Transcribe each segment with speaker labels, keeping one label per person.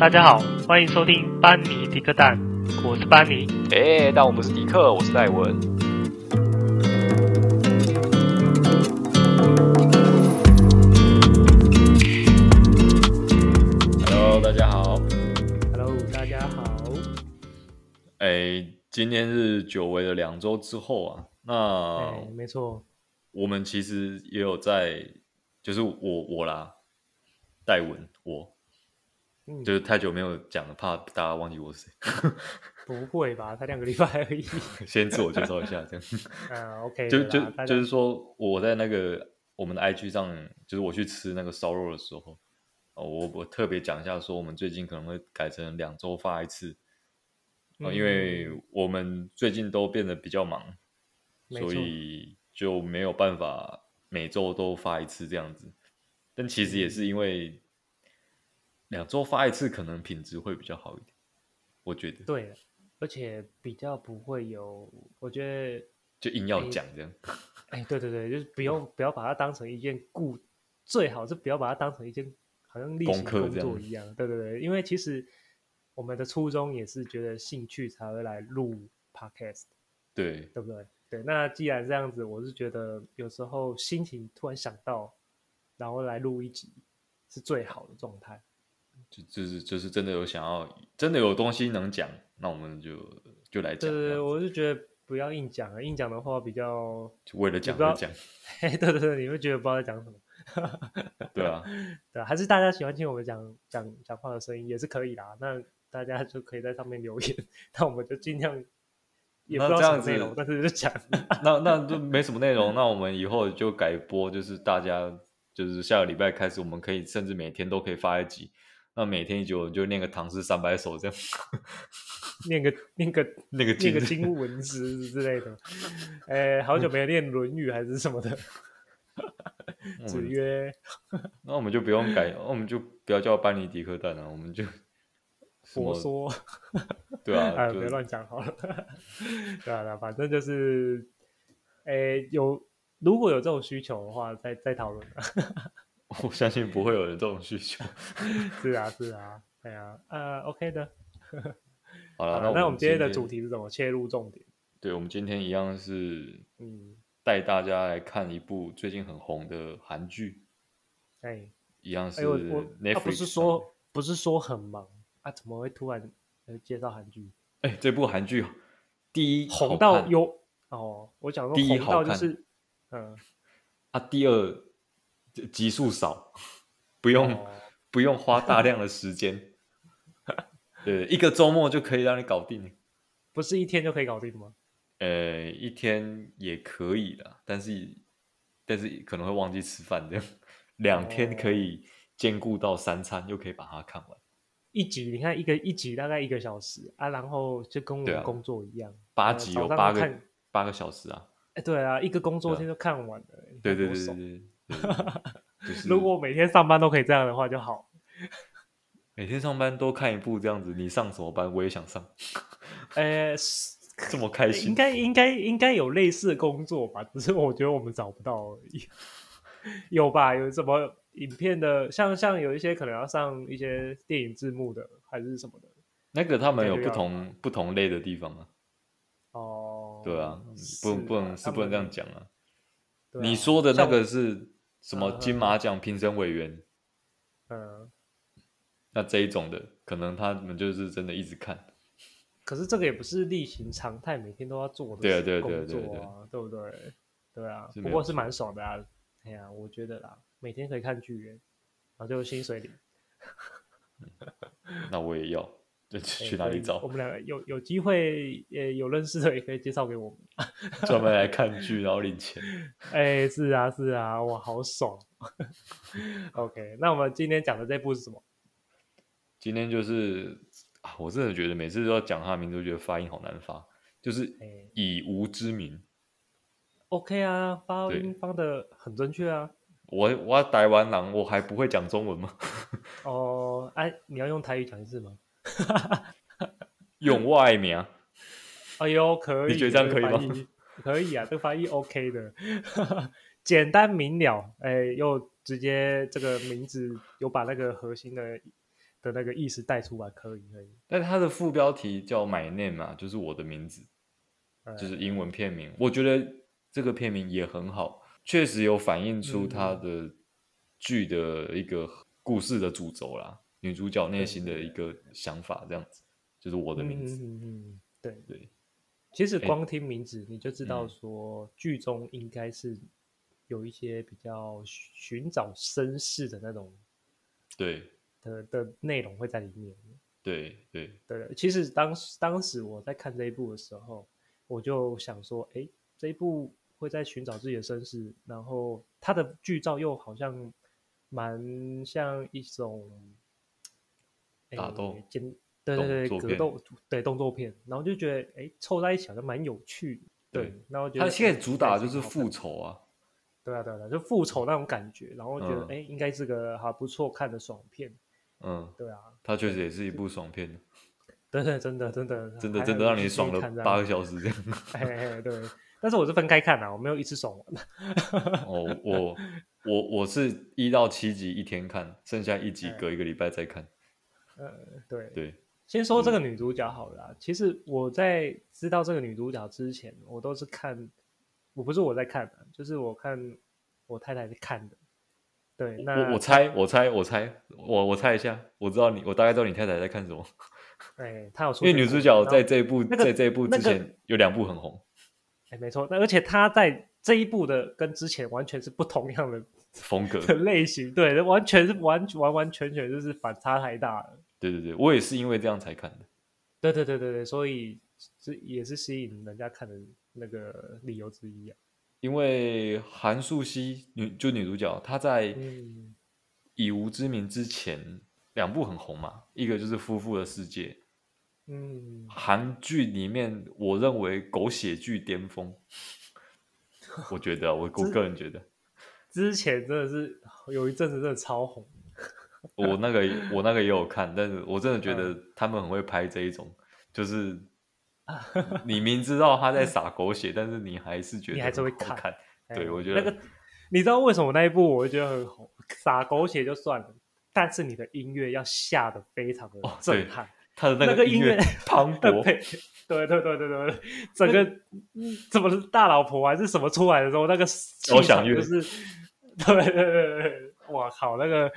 Speaker 1: 大家好，欢迎收听班尼迪克蛋，我是班尼。
Speaker 2: 哎，但我不是迪克，我是戴文。
Speaker 3: Hello，大家好。
Speaker 1: Hello，大家好。
Speaker 3: 哎，今天是久违的两周之后啊，那
Speaker 1: 哎，没错，
Speaker 3: 我们其实也有在，就是我我啦，戴文我，
Speaker 1: 嗯
Speaker 3: 就是太久没有讲了，怕大家忘记我是
Speaker 1: 不会吧？才两个礼拜 而已。
Speaker 3: 谁。 先自我介绍一下，这样
Speaker 1: 嗯，OK 的
Speaker 3: 就
Speaker 1: 啦。
Speaker 3: 就
Speaker 1: 大家
Speaker 3: 就是说我在那个我们的 IG 上，就是我去吃那个烧肉的时候，哦我我特别讲一下，说我们最近可能会改成两周发一次，
Speaker 1: 嗯
Speaker 3: 哦，因为我们最近都变得比较忙，
Speaker 1: 没
Speaker 3: 所
Speaker 1: 错
Speaker 3: 以就没有办法每周都发一次这样子。但其实也是
Speaker 1: 嗯
Speaker 3: 因为两周发一次，可能品质会比较好一点，我觉得。
Speaker 1: 对，而且比较不会有，我觉得，
Speaker 3: 就硬要讲这样，
Speaker 1: 哎，对对对，就是不用
Speaker 3: 嗯
Speaker 1: 不要把它当成一件固，最好是不要把它当成一件好像例行
Speaker 3: 功课
Speaker 1: 工
Speaker 3: 这样
Speaker 1: 作一样。对对对，因为其实我们的初衷也是觉得兴趣才会来录 Podcast。
Speaker 3: 对
Speaker 1: 对不对？对，那既然这样子，我是觉得有时候心情突然想到，然后来录一集是最好的状态。
Speaker 3: 就就是就是真的有想要，真的有东西能讲，那我们就就来
Speaker 1: 对
Speaker 3: 讲这样子。
Speaker 1: 对对，我是觉得不要硬讲啊了，硬讲的话比较，
Speaker 3: 就为了
Speaker 1: 也
Speaker 3: 讲
Speaker 1: 不知道
Speaker 3: 而讲，
Speaker 1: 嘿，对对对，你会觉得不知道在讲什么。
Speaker 3: 对啊，
Speaker 1: 对，还是大家喜欢听我们讲讲讲话的声音也是可以啦。那大家就可以在上面留言， 那我们就尽量也不知道
Speaker 3: 那这
Speaker 1: 什
Speaker 3: 样
Speaker 1: 么内
Speaker 3: 子
Speaker 1: 容，但是就讲。
Speaker 3: 那那就没什么内容，那我们以后就改播，就是大家就是下个礼拜开始，我们可以甚至每天都可以发一集，那每天一集我们就念个唐诗三百首这样，
Speaker 1: 念个念个
Speaker 3: 那个
Speaker 1: 念
Speaker 3: 经嗯
Speaker 1: 个经 文之之类的。哎，好久没有念《论语》还是什么的。
Speaker 3: 我
Speaker 1: 子
Speaker 3: 们
Speaker 1: 曰
Speaker 3: 那我们就不用改，我们就不要叫班尼迪克蛋了，我们就什
Speaker 1: 佛
Speaker 3: 么
Speaker 1: 说，
Speaker 3: 对啊，
Speaker 1: 哎，
Speaker 3: 就
Speaker 1: 别乱讲好了。 对啊，对啊反正就是，诶，有如果有这种需求的话，再再讨论。啊
Speaker 3: 我相信不会有人这种需求。
Speaker 1: 是啊，是啊，对啊，呃，OK 的。
Speaker 3: 好
Speaker 1: 好
Speaker 3: 了，
Speaker 1: 啦那我
Speaker 3: 我们
Speaker 1: 们今
Speaker 3: 今
Speaker 1: 天的主，题是什么？切入重点。
Speaker 3: 对我们今天一样是
Speaker 1: 嗯，
Speaker 3: 带大家来看一部最近很红的韩剧，
Speaker 1: 哎，
Speaker 3: 一样是
Speaker 1: 哎，我我他
Speaker 3: Netflix，
Speaker 1: 不是说不是说很忙啊，怎么会突然呃介绍韩剧？
Speaker 3: 哎，这部韩剧第一好
Speaker 1: 红到
Speaker 3: 看
Speaker 1: 有哦，我讲说
Speaker 3: 第一
Speaker 1: 红
Speaker 3: 好
Speaker 1: 到就
Speaker 3: 看
Speaker 1: 是，嗯，
Speaker 3: 啊，第二这集数少，不用、
Speaker 1: 哦
Speaker 3: 不用花大量的时间， 对，一个周末就可以让你搞定。
Speaker 1: 不是一天就可以搞定吗？
Speaker 3: 呃，一天也可以啦，但是但是可能会忘记吃饭这样，两天
Speaker 1: 哦
Speaker 3: 可以兼顾到三餐，又可以把它看完。
Speaker 1: 一集，你看一个一集大概一个小时啊，然后就跟我
Speaker 3: 对
Speaker 1: 们
Speaker 3: 啊
Speaker 1: 工作一样，
Speaker 3: 八
Speaker 1: 呃
Speaker 3: 集
Speaker 1: 早
Speaker 3: 有
Speaker 1: 上
Speaker 3: 八个
Speaker 1: 看
Speaker 3: 八个小时啊，
Speaker 1: 哎，对啊，一个工作
Speaker 3: 对啊
Speaker 1: 天就看完了，你看
Speaker 3: 对对
Speaker 1: 多
Speaker 3: 对 对
Speaker 1: 爽
Speaker 3: 对对，对就是
Speaker 1: 如果每天上班都可以这样的话就好。
Speaker 3: 每天上班都看一部这样子，你上什么班我也想上，
Speaker 1: 呃，
Speaker 3: 这么开心
Speaker 1: 应。该应该应该有类似的工作吧，只是我觉得我们找不到而已。 有吧？有什么影片的，像像有一些可能要上一些电影字幕的，还是什么的
Speaker 3: 那个他们
Speaker 1: 应
Speaker 3: 有
Speaker 1: 该就要
Speaker 3: 不同不同类的地方啊，
Speaker 1: 哦。
Speaker 3: 对啊，不能不能是不能这样
Speaker 1: 讲。
Speaker 3: 讲啊。
Speaker 1: 对啊
Speaker 3: 你说的那
Speaker 1: 像我
Speaker 3: 个是什么
Speaker 1: 嗯
Speaker 3: 金马奖评审委员？
Speaker 1: 嗯，
Speaker 3: 那这一种的，可能他们就是真的一直看。
Speaker 1: 可是这个也不是例行常态，每天都要做的
Speaker 3: 对啊
Speaker 1: 事
Speaker 3: 对啊
Speaker 1: 工
Speaker 3: 对啊对啊
Speaker 1: 作啊，对不对？对啊，
Speaker 3: 是
Speaker 1: 不
Speaker 3: 没
Speaker 1: 过
Speaker 3: 有
Speaker 1: 是蛮爽的啊。哎呀，我觉得啦，每天可以看剧院，然后就薪水哎领。
Speaker 3: 那我也要，这去
Speaker 1: 哎
Speaker 3: 去哪
Speaker 1: 可
Speaker 3: 里
Speaker 1: 以我
Speaker 3: 找？
Speaker 1: 们两个有有机会，呃，有认识的也可以介绍给我们。
Speaker 3: 专门来看剧，然后领钱。
Speaker 1: 哎，是啊是啊，哇，好爽。OK，那我们今天讲的这部是什么？
Speaker 3: 今天就是啊，我真的觉得每次都要讲他的名字，我觉得发音好难发。就是
Speaker 1: 哎
Speaker 3: 以无之名，
Speaker 1: ，OK 啊，发
Speaker 3: 对
Speaker 1: 音发的很正确啊。
Speaker 3: 我我台湾人，我还不会讲中文吗？
Speaker 1: 哦，哎、你要用台语讲一次吗？嗯
Speaker 3: 用我的名，啊
Speaker 1: 哎呦，可以，
Speaker 3: 你觉得这样可以吗
Speaker 1: 这个翻译？可以啊， 这个翻译 OK 的， 简单明了，哎，又直接这个名字有把那个核心的的的那个意识带出来，可以可以。
Speaker 3: 但它的副标题叫 My Name 嘛，就是我的名字，
Speaker 1: 呃
Speaker 3: 就是英文片名。我觉得这个片名也很好，确实有反映出它
Speaker 1: 嗯
Speaker 3: 的剧的一个故事的主轴啦，女主角内心的一个想法，这样子就是我的名字。
Speaker 1: 嗯嗯嗯嗯，对
Speaker 3: 对。
Speaker 1: 其实
Speaker 3: 哎
Speaker 1: 光听名字你就知道，
Speaker 3: 嗯
Speaker 1: 说剧中应该是有一些比较寻找身世的那种
Speaker 3: 对
Speaker 1: 的的内容会在里面。
Speaker 3: 对对，
Speaker 1: 对，其实当时当时我在看这一部的时候，我就想说，哎，这一部会在寻找自己的身世，然后它的剧照又好像蛮像一种诶
Speaker 3: 打斗
Speaker 1: 简对对对
Speaker 3: 动作
Speaker 1: 格
Speaker 3: 片
Speaker 1: 斗对动作片，然后就觉得哎凑在一起好像蛮有趣的。
Speaker 3: 对，
Speaker 1: 然后觉得
Speaker 3: 它现在
Speaker 1: 诶
Speaker 3: 主
Speaker 1: 应该
Speaker 3: 打
Speaker 1: 是
Speaker 3: 就
Speaker 1: 一
Speaker 3: 是
Speaker 1: 个好看
Speaker 3: 复仇啊，
Speaker 1: 对啊对啊，对啊就复仇那种感觉，然后觉得
Speaker 3: 嗯
Speaker 1: 哎、诶应该是个还不错看的爽片，
Speaker 3: 嗯，
Speaker 1: 对啊，
Speaker 3: 它确实也是一部爽片，
Speaker 1: 对对，真的真的
Speaker 3: 真的
Speaker 1: 还
Speaker 3: 真的
Speaker 1: 还
Speaker 3: 让
Speaker 1: 有
Speaker 3: 你
Speaker 1: 继续
Speaker 3: 爽了
Speaker 1: 看这样
Speaker 3: 八个小时这样。
Speaker 1: 哎哎，哎对，但是我是分开看的、啊，我没有一次爽完。
Speaker 3: 哦，我我我是一到七集一天看，剩下一集
Speaker 1: 哎
Speaker 3: 隔一个礼拜再看。
Speaker 1: 呃，对，
Speaker 3: 对，嗯
Speaker 1: 先说这个女主角好了啊、其实我在知道这个女主角之前，我都是看，我不是我在看、啊，就是我看我太太在看的。对，那
Speaker 3: 我我猜，我猜，我猜，我我猜一下，我知道你，我大概知道你太太在看 什么，
Speaker 1: 哎，她有出
Speaker 3: 因为
Speaker 1: 现过，
Speaker 3: 女主角
Speaker 1: 然后
Speaker 3: 在这一部，
Speaker 1: 那个
Speaker 3: 在这一部
Speaker 1: 那
Speaker 3: 之
Speaker 1: 个
Speaker 3: 前有两部很红，
Speaker 1: 哎，没错，那而且她在这一部的跟之前完全是不同样的，
Speaker 3: 风格
Speaker 1: 的类型，对，完全是完完完全全就是反差太大了。
Speaker 3: 对对对，我也是因为这样才看的，
Speaker 1: 对对对对对，所以这也是吸引人家看的那个理由之一啊。
Speaker 3: 因为韩素汐女就女主角，她在
Speaker 1: 嗯
Speaker 3: 以无之名之前两部很红嘛，一个就是《夫妇的世界》，
Speaker 1: 嗯，
Speaker 3: 韩剧里面我认为狗血剧 巅峰，我觉得啊我我个人觉得，
Speaker 1: 之前真的是有一阵子真的超红，
Speaker 3: 我那个我那个也有看，但是我真的觉得
Speaker 1: 嗯
Speaker 3: 他们很会拍这一种，就是 你明知道他在撒狗血，但是你还是觉得
Speaker 1: 你还是会
Speaker 3: 很好看
Speaker 1: 看。
Speaker 3: 对
Speaker 1: 哎
Speaker 3: 我觉得
Speaker 1: 那个，你知道为什么那一部我会觉得很红，撒狗血就算了，但是你的音乐要下的非常的
Speaker 3: 哦对
Speaker 1: 震撼，
Speaker 3: 他的
Speaker 1: 那
Speaker 3: 个
Speaker 1: 个
Speaker 3: 音
Speaker 1: 音
Speaker 3: 乐
Speaker 1: 乐
Speaker 3: 磅
Speaker 1: 对
Speaker 3: 礴，
Speaker 1: 对对对对对，整个嗯怎么是大老婆还是什么出来的时候，那个交
Speaker 3: 交响乐
Speaker 1: 就是，对对对对，哇靠，那个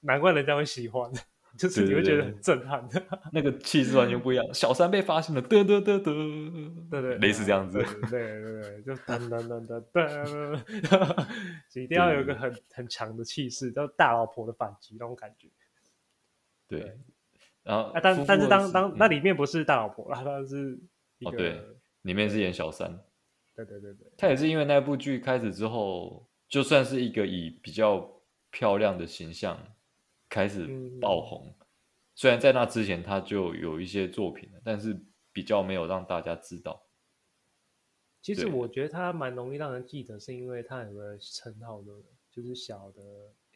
Speaker 1: 难怪人家会喜欢， 就是你
Speaker 3: 对对
Speaker 1: 会觉得
Speaker 3: 对
Speaker 1: 很震撼。
Speaker 3: 那个气质完全 不一样。小三被发现了，嘚嘚嘚嘚，
Speaker 1: 对对，
Speaker 3: 类似这样子
Speaker 1: 对。对对对，就噔噔噔噔噔，就一定要有一个很很强的气势，叫大老婆的反击那种感觉。
Speaker 3: 对，然后
Speaker 1: 啊，但
Speaker 3: 夫
Speaker 1: 但是
Speaker 3: 妇
Speaker 1: 当当那
Speaker 3: 嗯
Speaker 1: 里面不是大老婆啦，那是一
Speaker 3: 哦
Speaker 1: 个
Speaker 3: 对里面是演小三，
Speaker 1: 对对对对，
Speaker 3: 他也是因为那部剧开始之后，就算是一个以比较漂亮的形象开始爆
Speaker 1: 嗯
Speaker 3: 红。虽然在那之前他就有一些作品了，但是比较没有让大家知道。
Speaker 1: 其实
Speaker 3: 对
Speaker 1: 我觉得他蛮容易让人记得，是因为他有个称号的，就是小的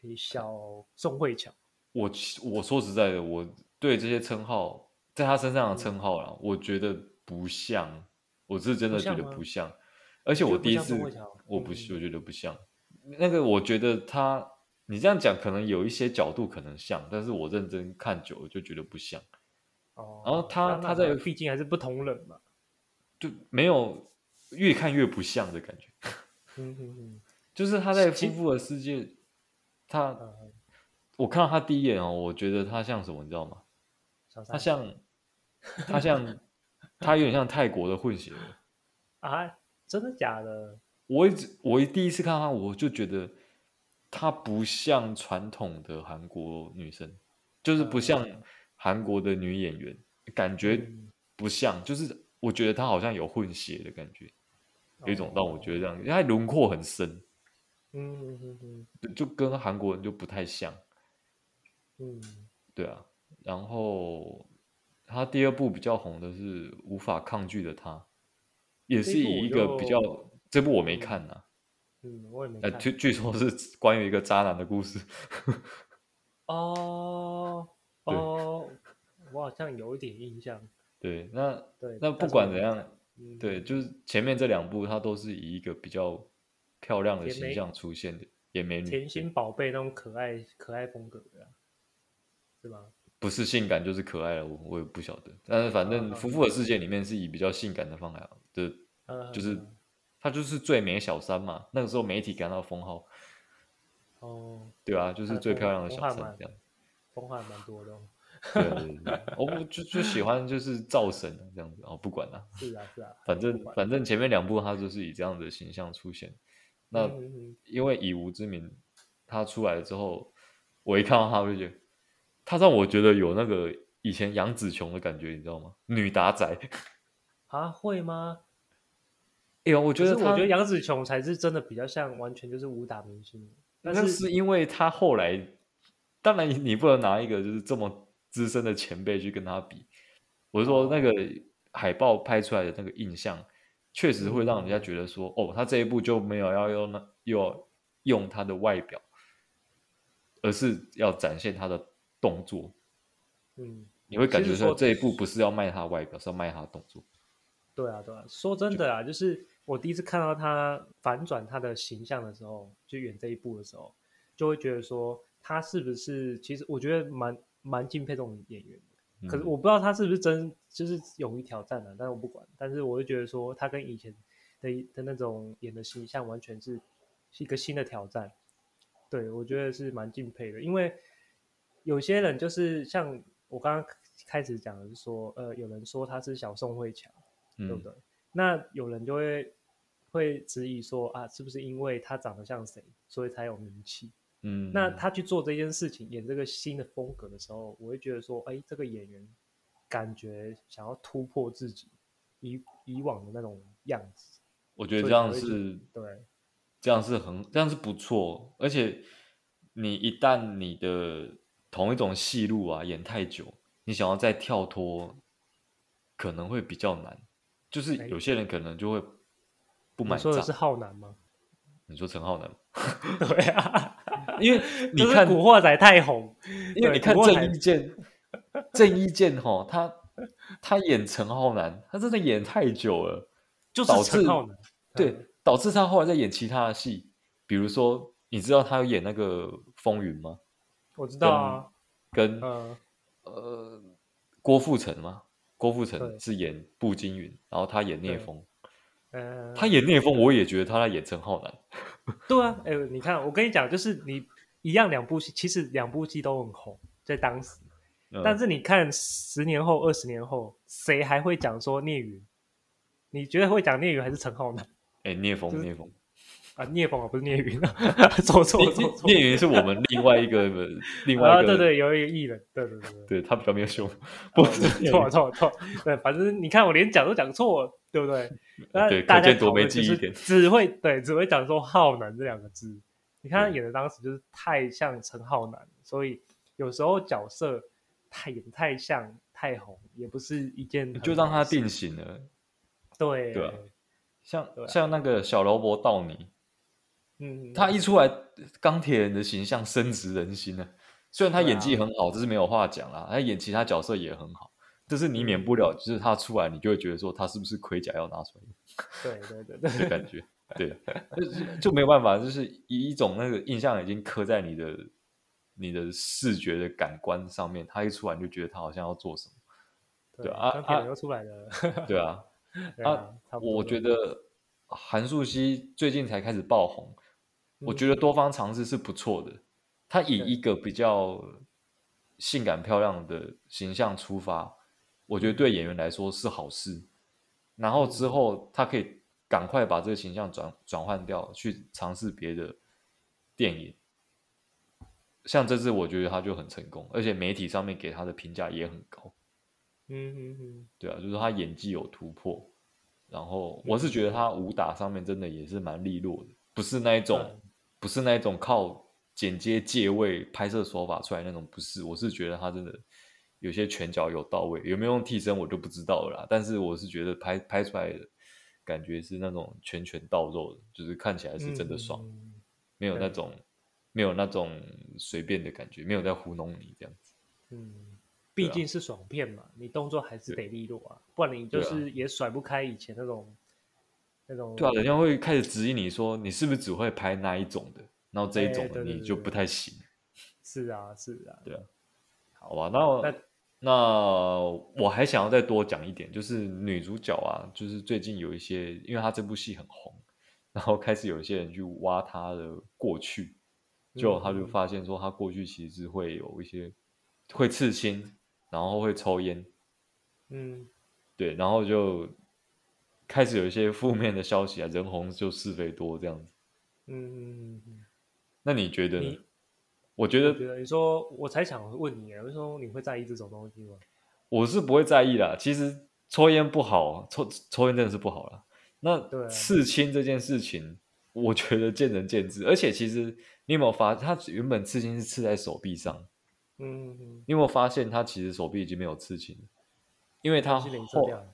Speaker 1: 诶小宋慧乔。
Speaker 3: 我其我说实在的，我对这些称号，在他
Speaker 1: 嗯
Speaker 3: 身上的称号啦，我觉得不像，我是真的
Speaker 1: 不
Speaker 3: 觉
Speaker 1: 像
Speaker 3: 得
Speaker 1: 吗
Speaker 3: 不像。而且
Speaker 1: 你
Speaker 3: 我
Speaker 1: 觉得不
Speaker 3: 第一
Speaker 1: 像
Speaker 3: 次
Speaker 1: 宋慧乔，
Speaker 3: 我不是，
Speaker 1: 嗯
Speaker 3: 我觉得不像。那个我觉得他，你这样讲可能有一些角度可能像，但是我认真看久了就觉得不像。
Speaker 1: 哦，
Speaker 3: 然后他
Speaker 1: 那
Speaker 3: 他在
Speaker 1: 毕竟还是不同人嘛。
Speaker 3: 就没有越看越不像的感觉。
Speaker 1: 嗯嗯
Speaker 3: 就是他在
Speaker 1: 其
Speaker 3: 夫妇的世界，他
Speaker 1: 嗯嗯，
Speaker 3: 我看到他第一眼哦，我觉得他像什么，你知道吗？
Speaker 1: 小三
Speaker 3: 他像 他像他有点像泰国的混血儿。
Speaker 1: 啊，真的假的？
Speaker 3: 我一直我一第一次看到他，我就觉得他不像传统的韩国女生，就是不像韩国的女演员，感觉
Speaker 1: 嗯
Speaker 3: 不像，就是我觉得他好像有混血的感觉，有一种让我觉得这
Speaker 1: 哦，
Speaker 3: 样，因为他轮廓很深。
Speaker 1: 嗯嗯嗯嗯
Speaker 3: 就跟韩国人就不太像，
Speaker 1: 嗯，
Speaker 3: 对啊。然后他第二部比较红的是《无法抗拒的他》，也是
Speaker 1: 这一部
Speaker 3: 以
Speaker 1: 我
Speaker 3: 一个比较
Speaker 1: 就
Speaker 3: 这部我没看呐、
Speaker 1: 嗯，我也没
Speaker 3: 呃，
Speaker 1: 看
Speaker 3: 据据说是关于一个渣男的故事，
Speaker 1: 哦
Speaker 3: 对
Speaker 1: 哦，我好像有一点印象。
Speaker 3: 对。那
Speaker 1: 对，
Speaker 3: 那
Speaker 1: 但
Speaker 3: 不
Speaker 1: 是
Speaker 3: 管
Speaker 1: 我
Speaker 3: 怎
Speaker 1: 没
Speaker 3: 样
Speaker 1: 看，嗯
Speaker 3: 对，就是前面这两部它都是以一个比较漂亮的
Speaker 1: 甜
Speaker 3: 形
Speaker 1: 美
Speaker 3: 象出现的，也美女，
Speaker 1: 甜心宝贝那种可爱可爱风格的啊、是吧？
Speaker 3: 不是性感就是可爱了，我我也不晓得。但是反正《夫妇的世界》里面是以比较性感的方来的，
Speaker 1: 嗯，
Speaker 3: 就是他就是最美小三嘛。那个时候媒体感到封号，
Speaker 1: 哦，
Speaker 3: 对啊，就是最漂亮的小
Speaker 1: 我还
Speaker 3: 三
Speaker 1: 蛮
Speaker 3: 这样。
Speaker 1: 风还蛮多的哦，
Speaker 3: 对对对对，我不就就喜欢就是造神这样子哦，不管了、
Speaker 1: 是啊是啊，
Speaker 3: 反正
Speaker 1: 不管
Speaker 3: 反正前面两部他就是以这样的形象出现。那
Speaker 1: 嗯嗯嗯
Speaker 3: 因为以无之名，他出来之后，我一看到他，我就觉得他让我觉得有那个以前杨紫琼的感觉，你知道吗？女打仔。
Speaker 1: 啊会吗？
Speaker 3: 哎呦，我觉
Speaker 1: 就是
Speaker 3: 得
Speaker 1: 我
Speaker 3: 他，
Speaker 1: 觉得杨紫琼才是真的比较像，完全就是武打明星，但
Speaker 3: 那是因为他后来，当然你不能拿一个就是这么资深的前辈去跟他比。我是说，那个
Speaker 1: 哦
Speaker 3: 海报拍出来的那个印象，确实会让
Speaker 1: 嗯
Speaker 3: 人家觉得说，哦，他这一部就没有要用那要用他的外表，而是要展现他的动作。
Speaker 1: 嗯，
Speaker 3: 你会感
Speaker 1: 其
Speaker 3: 觉
Speaker 1: 实
Speaker 3: 说
Speaker 1: 说
Speaker 3: 这一部不是要卖他外表，是要卖他动作。
Speaker 1: 对啊对啊，说真的啊，就是我第一次看到他反转他的形象的时候，就演这一部的时候，就会觉得说他是不是其实我觉得蛮蛮敬佩这种演员的。可是
Speaker 3: 嗯
Speaker 1: 我不知道他是不是真就是勇于挑战啊的、但是我不管。但是我就觉得说，他跟以前的的那种演的形象完全是是一个新的挑战。对我觉得是蛮敬佩的，因为有些人就是像我刚刚开始讲的是说，呃，有人说他是小宋慧乔，对不
Speaker 3: 嗯
Speaker 1: 对？那有人就会会质疑说啊，是不是因为他长得像谁，所以才有名气？
Speaker 3: 嗯，
Speaker 1: 那他去做这件事情，演这个新的风格的时候，我会觉得说，哎，这个演员感觉想要突破自己以以往的那种样子，
Speaker 3: 我觉得
Speaker 1: 所以
Speaker 3: 这样
Speaker 1: 才会觉
Speaker 3: 是
Speaker 1: 对，
Speaker 3: 这样是很这样是不错，而且你一旦你的同一种戏路啊演太久，你想要再跳脱，可能会比较难。就是
Speaker 1: 哎
Speaker 3: 有些人可能就会不
Speaker 1: 你
Speaker 3: 买
Speaker 1: 说
Speaker 3: 账
Speaker 1: 的。是浩南吗？
Speaker 3: 你说陈浩南吗，
Speaker 1: 对啊，
Speaker 3: 因为你
Speaker 1: 就是
Speaker 3: 看
Speaker 1: 古惑仔太红，
Speaker 3: 因为
Speaker 1: 对
Speaker 3: 你看
Speaker 1: 不过还
Speaker 3: 郑伊健，郑伊健哈，他他演陈浩南，他真的演太久了，
Speaker 1: 就是
Speaker 3: 导致
Speaker 1: 陈浩南，
Speaker 3: 对
Speaker 1: 嗯，
Speaker 3: 导致他后来在演其他的戏，比如说，你知道他有演那个《风云》吗？
Speaker 1: 我知道啊，
Speaker 3: 跟
Speaker 1: 嗯
Speaker 3: 呃郭富城吗？郭富城
Speaker 1: 对
Speaker 3: 是演步惊云，然后他演聂
Speaker 1: 对
Speaker 3: 风，
Speaker 1: 嗯，
Speaker 3: 他演聂风，我也觉得他在演陈浩南。
Speaker 1: 对啊，哎、你看，我跟你讲，就是你一样两部戏，其实两部戏都很红，在当时。
Speaker 3: 嗯
Speaker 1: 但是你看十年后、二十年后，谁还会讲说聂云？你觉得会讲聂云还是陈浩南
Speaker 3: 哎，聂
Speaker 1: 就
Speaker 3: 风，
Speaker 1: 是
Speaker 3: 聂风，
Speaker 1: 啊？聂风啊，不是聂云啊， 走错
Speaker 3: 聂
Speaker 1: 走错。
Speaker 3: 聂聂云是我们另外一 个另外
Speaker 1: 啊，
Speaker 3: 一
Speaker 1: 对
Speaker 3: 个，
Speaker 1: 对，哦有一个艺人，对对对对，
Speaker 3: 对他比较没 有胸，不是 聂
Speaker 1: 错
Speaker 3: 云
Speaker 1: 了错了错了，对，反正你看我连讲都讲错了，对不对？那
Speaker 3: 对
Speaker 1: 大
Speaker 3: 可
Speaker 1: 家
Speaker 3: 见多没记忆点
Speaker 1: 只会对只会讲说浩南这两个字。你看他
Speaker 3: 对
Speaker 1: 演的当时就是太像陈浩南，所以有时候角色太演太像太红，也不是一件
Speaker 3: 你
Speaker 1: 很
Speaker 3: 呃就让
Speaker 1: 好
Speaker 3: 他
Speaker 1: 的事
Speaker 3: 定型了。
Speaker 1: 对
Speaker 3: 对啊像
Speaker 1: 对啊
Speaker 3: 像那个小劳勃道尼，
Speaker 1: 嗯，
Speaker 3: 他一出来，钢铁人的形象深植人心呢、虽然他
Speaker 1: 对啊
Speaker 3: 演技很好，这是没有话讲啦，他演其他角色也很好，但是你
Speaker 1: 嗯
Speaker 3: 免不了就是他出来，你就会觉得说他是不是盔甲要拿出来用
Speaker 1: 对对对对，
Speaker 3: 的感 觉，对，就是就没有办法，就是以一种那个印象已经刻在你的你的视觉的感官上面，他一出来你就觉得他好像要做什么，对啊
Speaker 1: 钢铁
Speaker 3: 啊
Speaker 1: 人又出来了，
Speaker 3: 对啊，
Speaker 1: 对
Speaker 3: 啊
Speaker 1: 啊，差不多
Speaker 3: 我觉得韩素汐最近才开始爆红，我觉
Speaker 1: 嗯
Speaker 3: 得多方尝试是不错的。她以
Speaker 1: 对
Speaker 3: 一个比较性感漂亮的形象出发，我
Speaker 1: 嗯
Speaker 3: 觉得对演员来说是好事。然后之后，她可以赶快把这个形象转转换掉，去尝试别的电影。像这次，我觉得她就很成功，而且媒体上面给她的评价也很高。
Speaker 1: 嗯嗯嗯，
Speaker 3: 对啊，就是他演技有突破，然后我是觉得他武打上面真的也是蛮利落的，不是那一种，
Speaker 1: 对
Speaker 3: 不是那一种靠剪接借位拍摄手法出来那种，不是，我是觉得他真的有些拳脚有到位，有没有用替身我就不知道了啦，但是我是觉得拍拍出来的感觉是那种拳拳到肉的，就是看起来是真的爽，
Speaker 1: 嗯。嗯嗯
Speaker 3: 没有那
Speaker 1: 对
Speaker 3: 种没有那种随便的感觉，没有在糊弄你这样子，
Speaker 1: 嗯，毕
Speaker 3: 啊
Speaker 1: 竟是爽片嘛，你动作还是
Speaker 3: 对
Speaker 1: 得利落啊，不然你就
Speaker 3: 对啊
Speaker 1: 是也甩不开以前那种那种。
Speaker 3: 对啊，人家会开始质疑你说你是不是只会拍那一种的，然后这一
Speaker 1: 哎
Speaker 3: 种
Speaker 1: 对对
Speaker 3: 的你
Speaker 1: 对
Speaker 3: 就
Speaker 1: 对
Speaker 3: 不太行。
Speaker 1: 是啊，是啊，
Speaker 3: 对啊。
Speaker 1: 好，
Speaker 3: 好吧，那
Speaker 1: 那
Speaker 3: 那我还想要再多讲一点，就是女主角啊，就是最近有一些，因为她这部戏很红，然后开始有一些人去挖她的过去，就她就
Speaker 1: 嗯
Speaker 3: 发现说她过去其实是会有一些会刺青，然后会抽烟，
Speaker 1: 嗯
Speaker 3: 对，然后就开始有一些负面的消息啊，人红就是非多这样子。
Speaker 1: 嗯嗯嗯，
Speaker 3: 那你觉得呢
Speaker 1: 你？
Speaker 3: 我觉
Speaker 1: 我
Speaker 3: 得
Speaker 1: 觉得你说我才想问你，啊我说你会在意这种东西吗？
Speaker 3: 我是不会在意啦。其实抽烟不好，抽抽烟真的是不好啦。
Speaker 1: 对啊
Speaker 3: 那刺青这件事情，我觉得见仁见智。而且其实你有没有发，他原本刺青是刺在手臂上，
Speaker 1: 嗯嗯
Speaker 3: 你有没有发现他其实手臂已经没有刺青了，因为他
Speaker 1: 嗯，是镭射
Speaker 3: 后
Speaker 1: 掉的。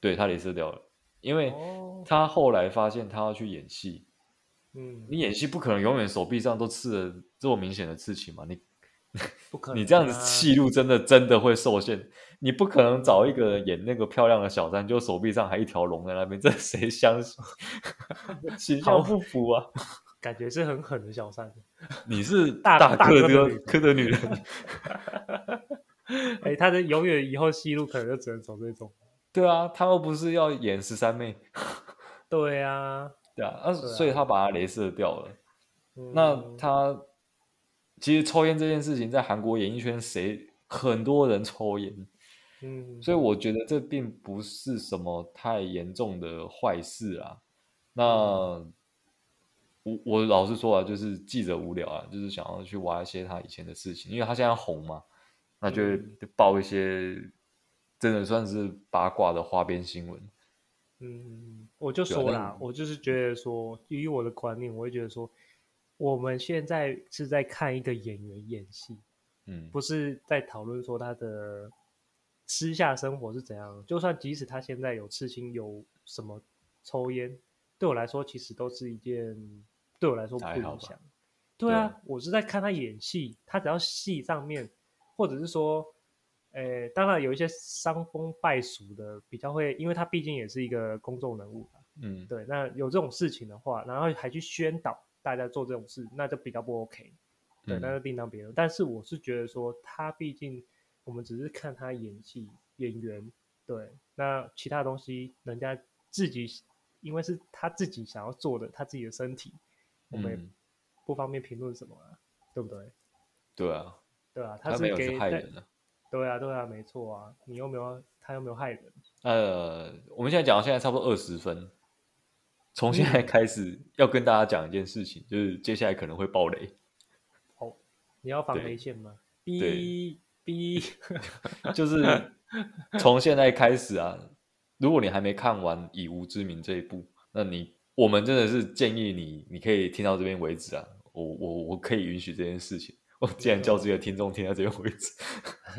Speaker 3: 对他镭射掉了，因为
Speaker 1: 哦，
Speaker 3: 他后来发现他要去演戏，
Speaker 1: 嗯，
Speaker 3: 你演戏不可能永远手臂上都刺了这么明显的刺青嘛，你
Speaker 1: 不可能、啊。
Speaker 3: 你这样子戏路真的真的会受限，你不可能找一个人演那个漂亮的小三，就手臂上还一条龙在那边，这谁相信？ 形象不符啊！
Speaker 1: 感觉是很狠的小三。
Speaker 3: 你是
Speaker 1: 大
Speaker 3: 大
Speaker 1: 大
Speaker 3: 哥
Speaker 1: 哥的
Speaker 3: 的
Speaker 1: 女人
Speaker 3: 哥的女人，
Speaker 1: 哎、他的永远以后戏路可能就只能走这种。
Speaker 3: 对啊，他又不是要演十三妹，
Speaker 1: 对啊，
Speaker 3: 对啊，啊
Speaker 1: 对啊
Speaker 3: 所以他把他镭射掉了。
Speaker 1: 嗯、
Speaker 3: 那他其实抽烟这件事情，在韩国演艺圈谁很多人抽烟，
Speaker 1: 嗯，
Speaker 3: 所以我觉得这并不是什么太严重的坏事啊。那
Speaker 1: 嗯
Speaker 3: 我我老实说啊，就是记者无聊啊，就是想要去挖一些他以前的事情，因为他现在红嘛，那就会
Speaker 1: 嗯
Speaker 3: 报一些真的算是八卦的花边新闻。
Speaker 1: 嗯，我就
Speaker 3: 对啊嗯
Speaker 1: 说
Speaker 3: 但
Speaker 1: 啦，我就是觉得说，以我的观念，我会觉得说，我们现在是在看一个演员演戏，
Speaker 3: 嗯，
Speaker 1: 不是在讨论说他的私下生活是怎样。就算即使他现在有刺青，有什么抽烟，对我来说其实都是一件对我来说不
Speaker 3: 还好
Speaker 1: 影
Speaker 3: 吧
Speaker 1: 响。对
Speaker 3: 对
Speaker 1: 啊，
Speaker 3: 啊
Speaker 1: 我是在看他演戏，他只要戏上面，或者是说，呃，当然有一些伤风败俗的比较会，因为他毕竟也是一个公众人物嘛
Speaker 3: 嗯，
Speaker 1: 对，那有这种事情的话，然后还去宣导大家做这种事，那就比较不 OK。对，
Speaker 3: 嗯
Speaker 1: 那就另当别论。但是我是觉得说，他毕竟我们只是看他演技、演员，对，那其他东西人家自己，因为是他自己想要做的，他自己的身体，我们也
Speaker 3: 嗯，
Speaker 1: 不方便评论什么啊，对不对？
Speaker 3: 对啊，
Speaker 1: 对啊，
Speaker 3: 他
Speaker 1: 是
Speaker 3: 没有
Speaker 1: 给
Speaker 3: 去害
Speaker 1: 对
Speaker 3: 人啊。
Speaker 1: 对啊，对啊，没错啊，你又没有他又没有害人，
Speaker 3: 呃，我们现在讲到现在差不多二十分，从现
Speaker 1: 嗯
Speaker 3: 在开始要跟大家讲一件事情，就是接下来可能会爆雷。
Speaker 1: 你要防
Speaker 3: 对
Speaker 1: 雷线吗？哔 哔，
Speaker 3: 就是从现在开始啊，如果你还没看完《以无之名》这一部，那你我们真的是建议你，你可以听到这边为止啊。我我我可以允许这件事情，我既然叫这个听众听到这边为止，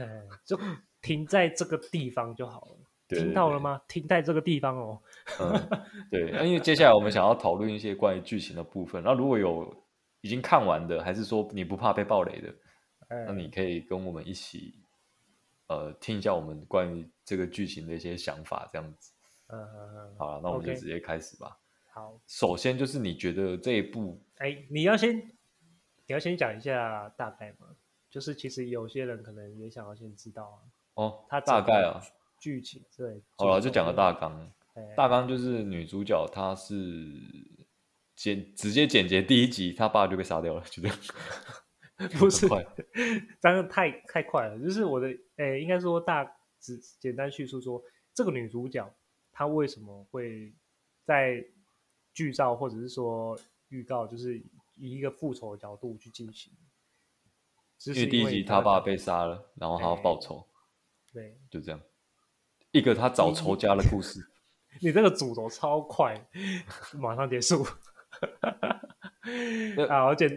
Speaker 1: 哎就停在这个地方就好了。
Speaker 3: 对
Speaker 1: 听到了？吗？停在这个地方哦。
Speaker 3: 对对嗯，对，那因为接下来我们想要讨论一些关于剧情的部分。那如果有已经看完的，还是说你不怕被暴雷的，
Speaker 1: 哎
Speaker 3: 那你可以跟我们一起，呃，听一下我们关于这个剧情的一些想法，这样子。
Speaker 1: 嗯嗯嗯，
Speaker 3: 好了，那我们就
Speaker 1: OK
Speaker 3: 直接开始吧。
Speaker 1: 好。
Speaker 3: 首先就是你觉得这一部，
Speaker 1: 哎，你要先，你要先讲一下大概嘛，就是其实有些人可能也想要先知道啊，
Speaker 3: 哦，
Speaker 1: 它
Speaker 3: 大
Speaker 1: 整个
Speaker 3: 概啊，
Speaker 1: 剧情对。哎
Speaker 3: 好了，就讲个大纲。
Speaker 1: 概
Speaker 3: 大纲就是女主角她是简直接简洁第一集，她爸就被杀掉了，就这样。
Speaker 1: 不是
Speaker 3: 很快，
Speaker 1: 真的太太快了。就是我的，哎，应该说大只简单叙述说，这个女主角她为什么会在剧照或者是说预告，就是以一个复仇的角度去进行，只
Speaker 3: 因
Speaker 1: 是
Speaker 3: 为第一集她
Speaker 1: 她
Speaker 3: 爸
Speaker 1: 的
Speaker 3: 被杀了，然后她要
Speaker 1: 哎
Speaker 3: 报仇，
Speaker 1: 对
Speaker 3: 就这样。一个她找仇家的故事，
Speaker 1: 你这个主轴超快，马上结束。啊，而且，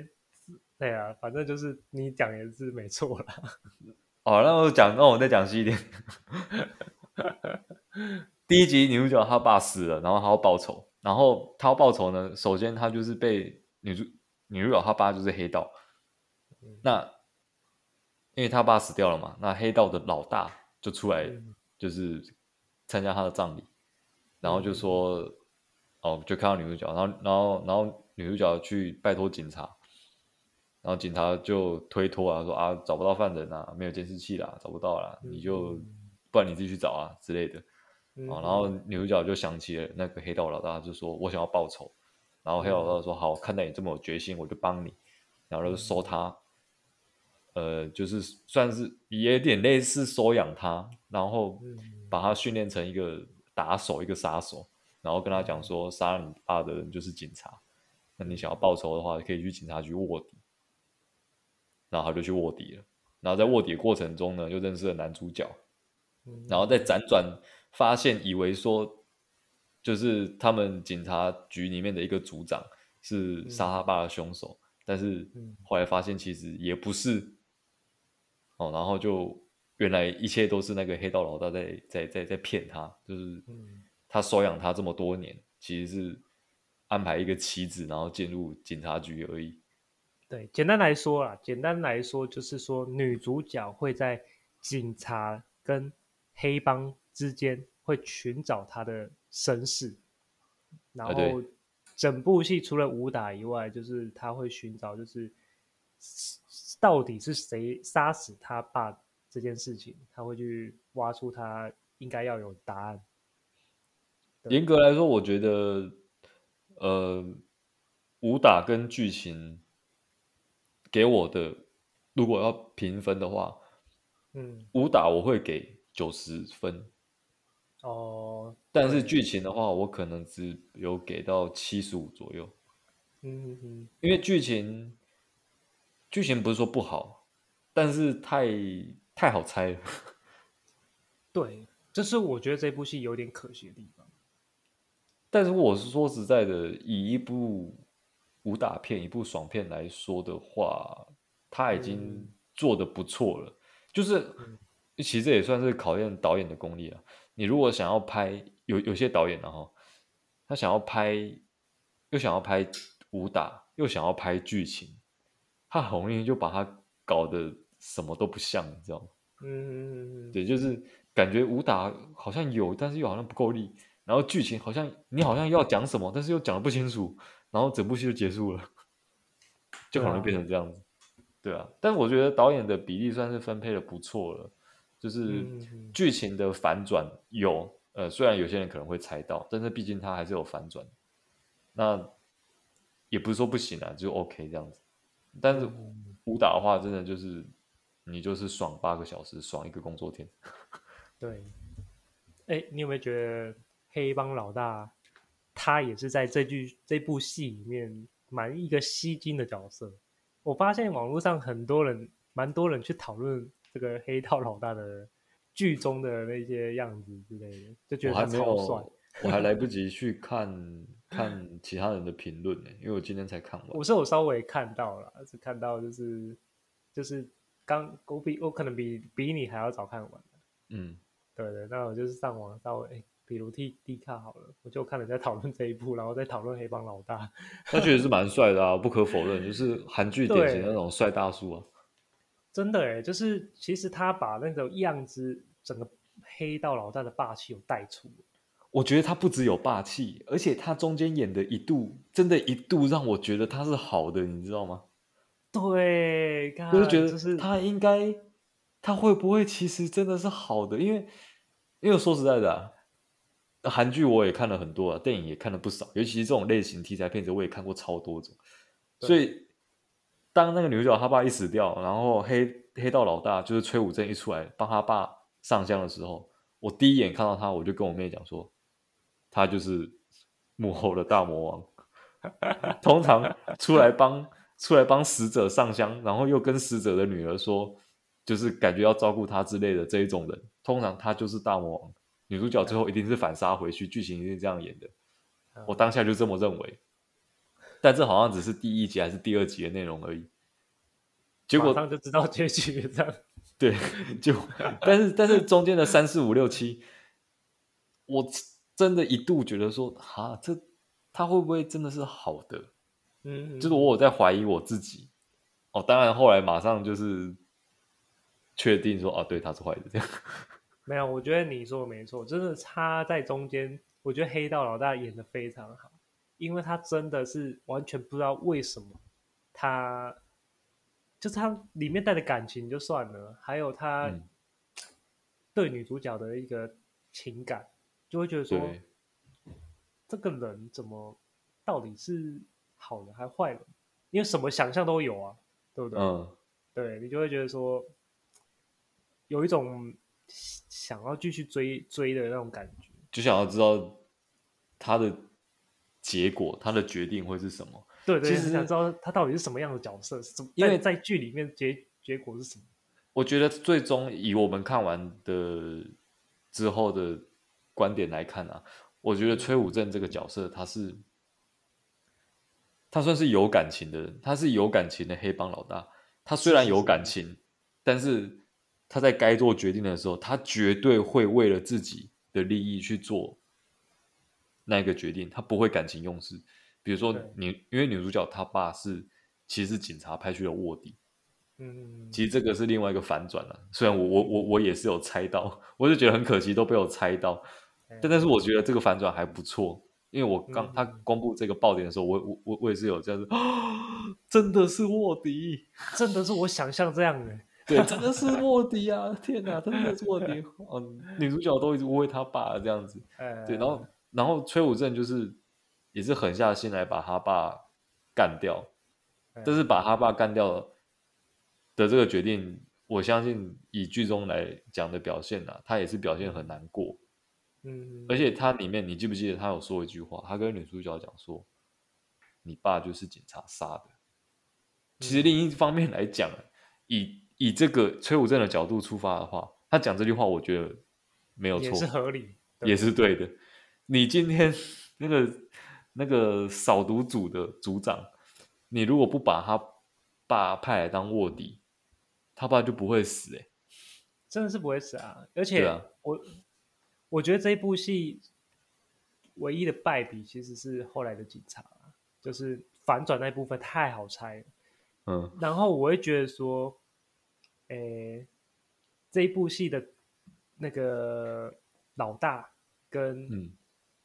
Speaker 1: 对啊，反正就是你讲也是没错啦。
Speaker 3: 哦，那我讲，那我再讲细一点。 第一集女主角她爸死了，然后她要报仇，然后她要报仇呢，首先她就是被女主女主角她爸就是黑道，那因为她爸死掉了嘛，那黑道的老大就出来
Speaker 1: 嗯
Speaker 3: 就是参加她的葬礼，然后就说哦，就看到女主角，然后然后然后女主角去拜托警察，然后警察就推脱啊，说啊找不到犯人啊，没有监视器啦，找不到啦，
Speaker 1: 嗯
Speaker 3: 你就不然你自己去找啊之类的。
Speaker 1: 嗯
Speaker 3: 啊，然后女主角就想起了那个黑道老大，就说我想要报仇。然后黑道老
Speaker 1: 嗯
Speaker 3: 大说：“好，看到你这么有决心，我就帮你。”然后就收他，呃，就是算是也有点类似收养他，然后
Speaker 1: 嗯
Speaker 3: 把他训练成一个打手，一个杀手，然后跟他
Speaker 1: 嗯
Speaker 3: 讲说：“杀了你爸的人就是警察，那你想要
Speaker 1: 嗯
Speaker 3: 报仇的话，可以去警察局卧底。”然后他就去卧底了。然后在卧底的过程中呢，又认识了男主角，
Speaker 1: 嗯
Speaker 3: 然后再辗转发现，以为说就是他们警察局里面的一个组长是杀他爸的凶手，但是
Speaker 1: 嗯
Speaker 3: 后来发现其实也不是哦，然后就原来一切都是那个黑道老大在在在在骗他，就是
Speaker 1: 嗯
Speaker 3: 他收养他这么多年，其实是安排一个棋子，然后进入警察局而已。
Speaker 1: 对，简单来说啦，简单来说就是说，女主角会在警察跟黑帮之间会寻找她的身世，然
Speaker 3: 啊对
Speaker 1: 后整部戏除了武打以外，就是她会寻找就是到底是谁杀死她爸这件事情，她会去挖出她应该要有答案。对
Speaker 3: 严格来说，我觉得，呃，武打跟剧情给我的，如果要评分的话，
Speaker 1: 嗯，
Speaker 3: 武打我会给九十分，
Speaker 1: 哦，
Speaker 3: 但是
Speaker 1: 对
Speaker 3: 剧情的话，我可能只有给到七十五左右，
Speaker 1: 嗯嗯
Speaker 3: 因为剧情，剧情不是说不好，但是太太好猜了。
Speaker 1: 对，这是我觉得这部戏有点可惜的地方。
Speaker 3: 但是我是说实在的，以一部武打片、一部爽片来说的话，他已经
Speaker 1: 嗯
Speaker 3: 做的不错了。就是
Speaker 1: 嗯
Speaker 3: 其实这也算是考验导演的功力啊。你如果想要拍，有有些导演然、后他想要拍，又想要拍武打，又想要拍剧情，他很容易就把它搞得什么都不像，你知道吗？
Speaker 1: 嗯嗯嗯嗯，
Speaker 3: 对，就是感觉武打好像有，但是又好像不够力。然后剧情好像你好像要讲什么，但是又讲的不清楚，然后整部戏就结束了， 就
Speaker 1: 对
Speaker 3: 很容易
Speaker 1: 啊
Speaker 3: 变成这样子。对啊，但我觉得导演的比例算是分配的不错了，就是
Speaker 1: 嗯嗯嗯
Speaker 3: 剧情的反转有，呃，虽然有些人可能会猜到，但是毕竟它还是有反转。那也不是说不行啊，就 OK 这样子。但是
Speaker 1: 嗯
Speaker 3: 武打的话，真的就是你就是爽八个小时，爽一个工作天。
Speaker 1: 对。哎，你有没有觉得黑帮老大他也是在这剧这部戏里面蛮一个吸睛的角色？我发现网络上很多人，蛮多人去讨论这个黑道老大的剧中的那些样子之类的，就觉
Speaker 3: 我
Speaker 1: 得
Speaker 3: 还
Speaker 1: 他
Speaker 3: 没
Speaker 1: 超帅。
Speaker 3: 有，我还来不 及去看看其他人的评论呢，因为我今天才看完
Speaker 1: 我。是有稍微看到了，是看到就是就是刚我比我可能比比你还要早看完。
Speaker 3: 嗯，
Speaker 1: 对对，那我就是上网稍微，诶比如 T D 卡好了，我就看人家讨论这一部，然后再讨论黑帮老大。
Speaker 3: 他确实是蛮帅的啊，不可否认，就是 韩剧典型
Speaker 1: 对
Speaker 3: 那种帅大叔啊。
Speaker 1: 真的诶，就是其实他把那种样子，整个黑道老大的霸气有带出。
Speaker 3: 我觉得他不只有霸气，而且他中间演的一度，真的一度让我觉得他是好的，你知道吗？
Speaker 1: 对，看
Speaker 3: 我就觉
Speaker 1: 就
Speaker 3: 得
Speaker 1: 是
Speaker 3: 他应该，他会不会其实真的是好的？因为，因为说实在的、啊，韩剧我也看了很多啊，电影也看了不少，尤其是这种类型题材片子，我也看过超多种。
Speaker 1: 对
Speaker 3: 所以，当那个女主角她爸一死掉，然后黑黑道老大就是崔武正一出来帮他爸上香的时候，我第一眼看到他，我就跟我妹讲说，他就是幕后的大魔王。 通常出来帮出来帮死者上香，然后又跟死者的女儿说，就是感觉要照顾她之类的这一种人，通常他就是大魔王。女主角最后一定是反杀回去，剧情一定是这样演的。我当下就这么认为，但这好像只是第一集还是第二集的内容而已。结果
Speaker 1: 马上就知道结局这样。
Speaker 3: 对，就 但是但是中间的三四五六七，我真的一度觉得说，哈，这他会不会真的是好的？
Speaker 1: 嗯，
Speaker 3: 就是我有在怀疑我自己。哦，当然后来马上就是确定说，啊，对，他是坏的，这样。
Speaker 1: 没有，我觉得你说的没错，真的他在中间，我觉得黑道老大演的非常好，因为他真的是完全不知道为什么他就是他里面带的感情就算了，还有他
Speaker 3: 嗯
Speaker 1: 对女主角的一个情感，就会觉得说
Speaker 3: 对，
Speaker 1: 这个人怎么到底是好人还坏人？因为什么想象都有啊，对不对？
Speaker 3: 嗯，
Speaker 1: 对你就会觉得说有一种想要继续追追的那种感觉。
Speaker 3: 就想要知道他的结果，他的决定会是什么。
Speaker 1: 对对，
Speaker 3: 其
Speaker 1: 很
Speaker 3: 实
Speaker 1: 想知道他到底是什么样的角色，是怎么
Speaker 3: 因
Speaker 1: 在
Speaker 3: 为
Speaker 1: 在剧里面结结果是什么？
Speaker 3: 我觉得最终以我们看完的之后的观点来看啊，我觉得崔武正这个角色他是，他算是有感情的人，他是有感情的黑帮老大。他虽然有感情，但是他在该做决定的时候，他绝对会为了自己的利益去做那个决定，他不会感情用事。比如说
Speaker 1: 对
Speaker 3: 女，因为女主角她爸是其实是警察派去的卧底，
Speaker 1: 嗯，
Speaker 3: 其实这个是另外一个反转了、虽然我我我我也是有猜到，我就觉得很可惜都被我猜到，但但是我觉得这个反转还不错，因为我刚、
Speaker 1: 嗯
Speaker 3: 他公布这个爆点的时候，我我我我也是有这样子，啊真的是卧 底，
Speaker 1: 真的是我想象这样的、
Speaker 3: 对，真的是卧底啊！天哪，真的是 卧底，嗯，女主角都一直误会他爸这样子，
Speaker 1: 呃，
Speaker 3: 对，然后然后崔武正就是也是狠下心来把他爸干掉，
Speaker 1: 哎
Speaker 3: 但是把他爸干掉的这个决定，我相信以剧中来讲的表现啊，他也是表现很难过。
Speaker 1: 嗯，
Speaker 3: 而且他里面，你记不记得他有说一句话？他跟女主角讲说：“你爸就是警察杀的。”其
Speaker 1: 嗯
Speaker 3: 实另一方面来讲，以以这个崔武正的角度出发的话，他讲这句话，我觉得没有错，
Speaker 1: 也是合理，对
Speaker 3: 也是对的。你今天 那个那个扫毒组的组长，你如果不把他爸派来当卧底，他爸就不会死、欸。
Speaker 1: 真的是不会死啊！而且
Speaker 3: 对啊
Speaker 1: 我、我觉得这一部戏唯一的败笔其实是后来的警察啊，就是反转那一部分太好猜了。
Speaker 3: 嗯
Speaker 1: 然后我会觉得说，诶，这一部戏的那个老大跟
Speaker 3: 嗯，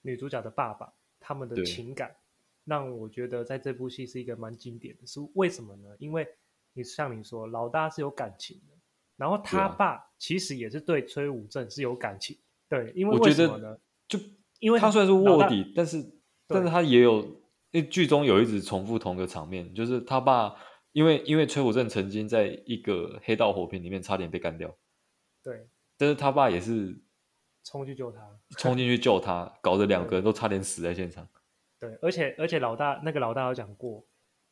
Speaker 1: 女主角的爸爸、他们的
Speaker 3: 对
Speaker 1: 情感，让我觉得在这部戏是一个蛮经典的。是为什么呢？因为你像你说，老大是有感情的，然后
Speaker 3: 对
Speaker 1: 他
Speaker 3: 啊
Speaker 1: 爸其实也是对崔武正是有感情，对，因为
Speaker 3: 我
Speaker 1: 为
Speaker 3: 觉
Speaker 1: 什么呢
Speaker 3: 得？就
Speaker 1: 因为
Speaker 3: 他虽然是
Speaker 1: 老
Speaker 3: 卧
Speaker 1: 大，
Speaker 3: 底，但是但是他也有，因为剧中有一直重复同个场面，就是他爸，因为因为崔武正曾经在一个黑道火拼里面差点被干掉，
Speaker 1: 对，
Speaker 3: 但是他爸也是
Speaker 1: 冲去救他，
Speaker 3: 冲进去救他，搞得两个人都差点死在现场。
Speaker 1: 对，而且而且老大那个老大有讲过，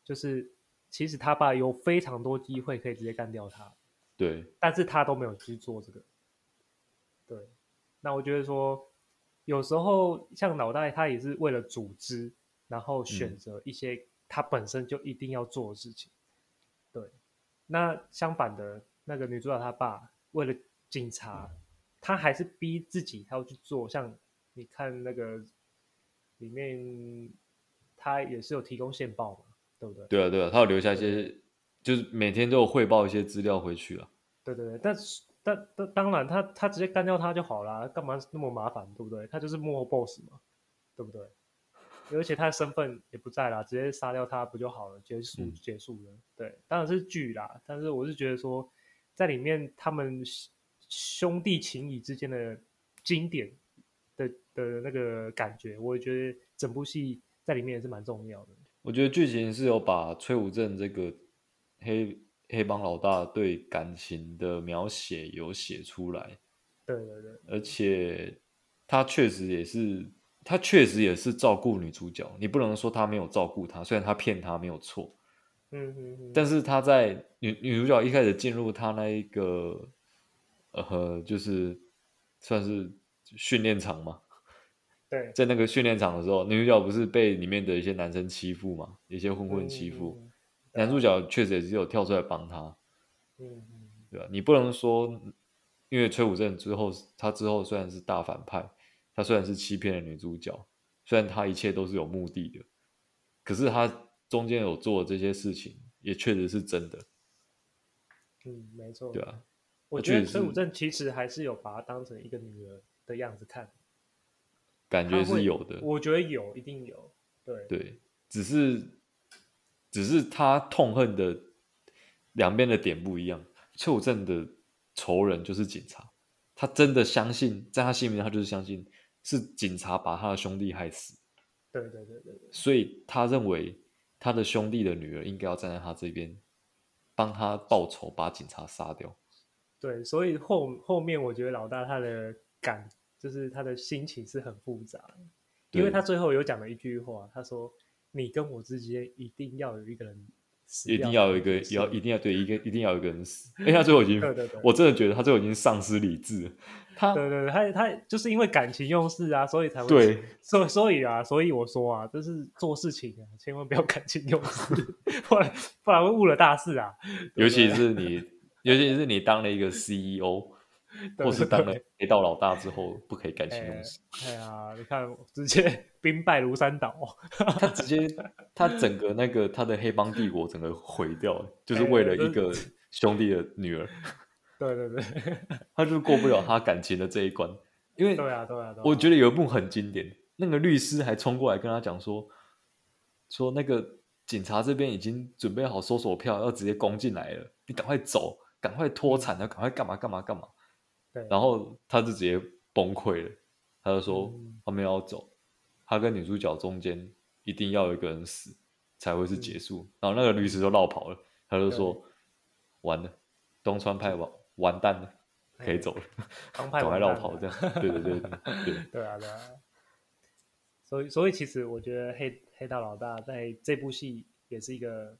Speaker 1: 就是其实他爸有非常多机会可以直接干掉他，
Speaker 3: 对，
Speaker 1: 但是他都没有去做这个。对，那我觉得说，有时候像老大他也是为了组织，然后选择一些他本身就一定要做的事情。对，那相反的那个女主角她爸为了警察，他还是逼自己他要去做。像你看那个里面，他也是有提供线报嘛，对不对？
Speaker 3: 对啊，对啊，他有留下一些，就是每天都有汇报一些资料回去啊。
Speaker 1: 对对对，但是但但当然他，他直接干掉他就好啦，干嘛那么麻烦，对不对？他就是幕后 boss 嘛，对不对？而且他的身份也不在啦，直接杀掉他不就好了，结束、
Speaker 3: 嗯
Speaker 1: 结束了。对，当然是剧啦，但是我是觉得说，在里面他们兄兄弟情谊之间的经典的的那个感觉，我觉得整部戏在里面也是蛮重要的。
Speaker 3: 我觉得剧情是有把崔武正这个黑黑帮老大对感情的描写有写出来，
Speaker 1: 对对对，
Speaker 3: 而且他确实也是，他确实也是照顾女主角。你不能说他没有照顾她，虽然他骗她没有错，
Speaker 1: 嗯嗯嗯，
Speaker 3: 但是他在女女主角一开始进入他那一个呃，就是算是训练场嘛，
Speaker 1: 对，
Speaker 3: 在那个训练场的时候，女主角不是被里面的一些男生欺负嘛，一些混混欺负，
Speaker 1: 嗯
Speaker 3: 男主角确实也是有跳出来帮他，
Speaker 1: 嗯嗯
Speaker 3: 对吧？你不能说，因为崔武正之后，他之后虽然是大反派，他虽然是欺骗了女主角，虽然他一切都是有目的的，可是他中间有做的这些事情，也确实是真的，
Speaker 1: 嗯，没错，
Speaker 3: 对啊吧？
Speaker 1: 我
Speaker 3: 我
Speaker 1: 觉
Speaker 3: 觉
Speaker 1: 得
Speaker 3: 得
Speaker 1: 崔武
Speaker 3: 是
Speaker 1: 正其实还是有把她当成一个女儿的样子看，
Speaker 3: 感觉
Speaker 1: 他会
Speaker 3: 是有的，
Speaker 1: 我觉得有，一定有。对，
Speaker 3: 对，只是只是他痛恨的两边的点不一样。邱正的仇人就是警察，他真的相信，在他心里面，他就是相信是警察把他的兄弟害死，
Speaker 1: 对对对对对，
Speaker 3: 所以他认为他的兄弟的女儿应该要站在他这边，帮他报仇，把警察杀掉。
Speaker 1: 对，所以后后面我觉得老大他的感，就是他的心情是很复杂的，因为
Speaker 3: 对
Speaker 1: 他最后有讲了一句话，他说：“你跟我之间一定要有一个人死掉，
Speaker 3: 一定要有一个，要一定要对一个，一定要有一个人死。哎，他最后已经
Speaker 1: 对对对，
Speaker 3: 我真的觉得他最后已经丧失理智了，他
Speaker 1: 对对对，他他就是因为感情用事啊，所以才会
Speaker 3: 对
Speaker 1: 所所以啊，所以我说啊，就是做事情啊，千万不要感情用事， 不然不然会误了大事啊。
Speaker 3: 尤其是你，尤其是你当了一个 CEO，
Speaker 1: 对
Speaker 3: 或是当了
Speaker 1: 对
Speaker 3: 黑道老大之后，不可以感情用事。
Speaker 1: 哎呀，你看，直接 兵败如山倒，
Speaker 3: 他直接，他整个那个他的黑帮帝国整个毁掉，就是
Speaker 1: 哎
Speaker 3: 为了一个兄弟的女儿，
Speaker 1: 对对对，
Speaker 3: 他就是过不了他感情的这一关。因为
Speaker 1: 对啊对啊对啊，
Speaker 3: 我觉得有一幕很经典，那个律师还冲过来跟他讲说，说那个警察这边已经准备好搜索票，要直接攻进来了，你赶快走，赶快脱
Speaker 1: 嗯
Speaker 3: 产，要赶快干嘛干嘛干嘛。
Speaker 1: 对
Speaker 3: 然后他就直接崩溃了，他就说
Speaker 1: 嗯
Speaker 3: 他们要走，他跟女主角中间一定要有一个人死才
Speaker 1: 嗯
Speaker 3: 会是结束。然后那个律师就绕跑了，他就说完了，东川派完完蛋了，可以走了，
Speaker 1: 哎帮派
Speaker 3: 赶
Speaker 1: 完
Speaker 3: 快绕
Speaker 1: 蛋
Speaker 3: 跑
Speaker 1: 了
Speaker 3: 这样。对对对对对。
Speaker 1: 对啊，对啊。所以，所以其实我觉得黑黑道老大在这部戏也是一个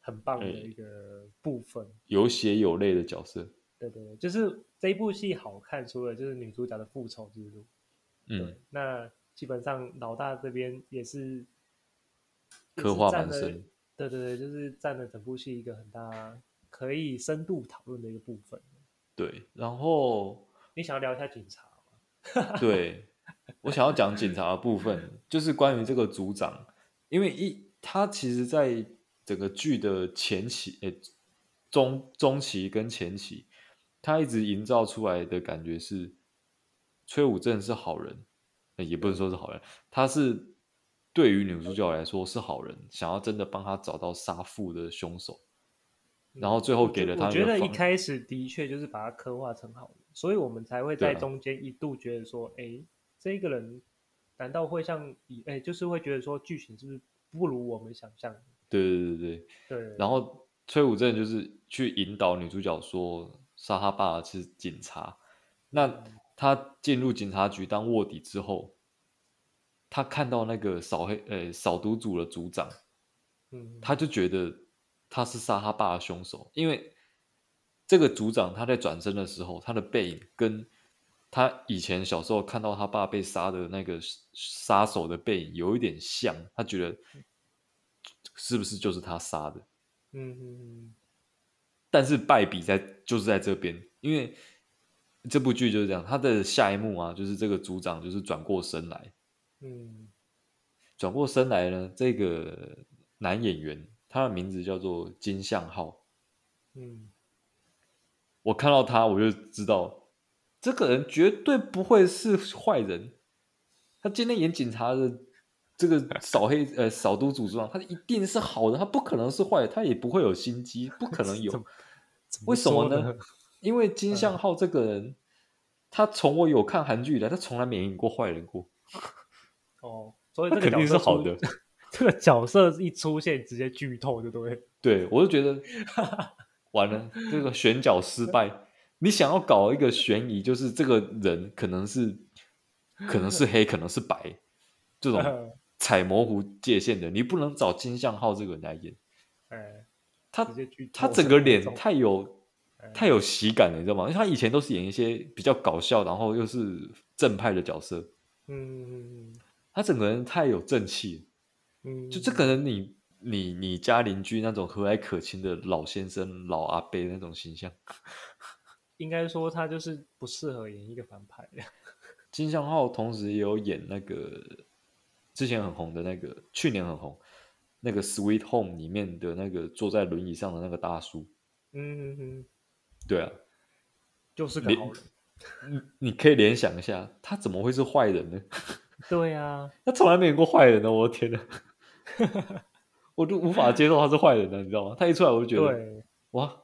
Speaker 1: 很棒的
Speaker 3: 嗯
Speaker 1: 一个部分。
Speaker 3: 有血有泪的角色。
Speaker 1: 对对对，就是这一部戏好看，除了就是女主角的复仇之路，
Speaker 3: 嗯，
Speaker 1: 那基本上老大这边也是也
Speaker 3: 刻
Speaker 1: 是
Speaker 3: 画
Speaker 1: 占
Speaker 3: 蛮
Speaker 1: 了
Speaker 3: 深
Speaker 1: 对对对，就是占了整部戏一个很大可以深度讨论的一个部分。
Speaker 3: 对。然后
Speaker 1: 你想要聊一下警察哦吗？
Speaker 3: 对，我想要讲警察的部分，就是关于这个组长，因为一他其实在整个剧的前期，诶、中中期跟前期，他一直营造出来的感觉是崔武正是好人，呃也不能说是好人，他是对于女主角来说是好人，想要真的帮他找到杀父的凶手。然后最后给了
Speaker 1: 嗯我
Speaker 3: 他
Speaker 1: 觉
Speaker 3: 一个
Speaker 1: 得一
Speaker 3: 方
Speaker 1: 开始的确就是把它刻画成好人，所以我们才会在
Speaker 3: 对啊
Speaker 1: 中间一度觉得说，哎、这个人难道会像以哎，就是会觉得说剧情是不是不如我们想象的？
Speaker 3: 对对对对，
Speaker 1: 对，
Speaker 3: 然后崔武正就是去引导女主角说杀他爸的是警察。那他进入警察局当卧底之后，他看到那个扫黑呃扫毒组的组长，
Speaker 1: 嗯，
Speaker 3: 他就觉得他是杀他爸的凶手，因为这个组长他在转身的时候，他的背影跟他以前小时候看到他爸被杀的那个杀手的背影有一点像，他觉得是不是就是他杀的？
Speaker 1: 嗯嗯
Speaker 3: 但是败笔在就是在这边，因为这部剧就是这样，他的下一幕啊，就是这个组长就是转过身来，
Speaker 1: 嗯嗯，
Speaker 3: 转过身来呢，这个男演员他的名字叫做金相浩，
Speaker 1: 嗯，
Speaker 3: 我看到他，我就知道这个人绝对不会是坏人。他今天演警察的这个扫黑呃扫毒组织长，他一定是好的，他不可能是坏的，他也不会有心机，不可能有
Speaker 1: 怎么。怎
Speaker 3: 为什么
Speaker 1: 说
Speaker 3: 呢？？因为金相浩这个人，他从我有看韩剧以来，他从来没演过坏人过，
Speaker 1: 哦，所以
Speaker 3: 他
Speaker 1: 这个
Speaker 3: 肯定
Speaker 1: 角色
Speaker 3: 是好
Speaker 1: 出
Speaker 3: 的。。
Speaker 1: 这个角色一出现，直接剧透，对不对？
Speaker 3: 对我就觉得完了，这个选角失败。你想要搞一个悬疑，就是这个人可能是可能是黑，可能是白，这
Speaker 1: 嗯
Speaker 3: 种踩模糊界限的，你不能找金相浩这个人来演。
Speaker 1: 哎，
Speaker 3: 他
Speaker 1: 直接剧透
Speaker 3: 他整个脸
Speaker 1: 这种
Speaker 3: 太有
Speaker 1: 哎
Speaker 3: 太有喜感了，你知道吗？因为他以前都是演一些比较搞笑，然后又是正派的角色，
Speaker 1: 嗯嗯
Speaker 3: 他整个人太有正气了。
Speaker 1: 嗯，
Speaker 3: 就这个人你，你你家邻居那种和蔼可亲的老先生、老阿伯那种形象，
Speaker 1: 应该说他就是不适合演一个反派。
Speaker 3: 金相浩同时也有演那个之前很红的那个，去年很红那个《Sweet Home》里面的那个坐在轮椅上的那个大叔。
Speaker 1: 嗯嗯嗯，
Speaker 3: 对啊，
Speaker 1: 就是个
Speaker 3: 你
Speaker 1: 好人。
Speaker 3: 你你可以联想一下，他怎么会是坏人呢？
Speaker 1: 对啊，
Speaker 3: 他从来没演过坏人呢！我 的天呐，我就无法接受他是坏人的，你知道吗？他一出来我就觉得
Speaker 1: 对，
Speaker 3: 哇，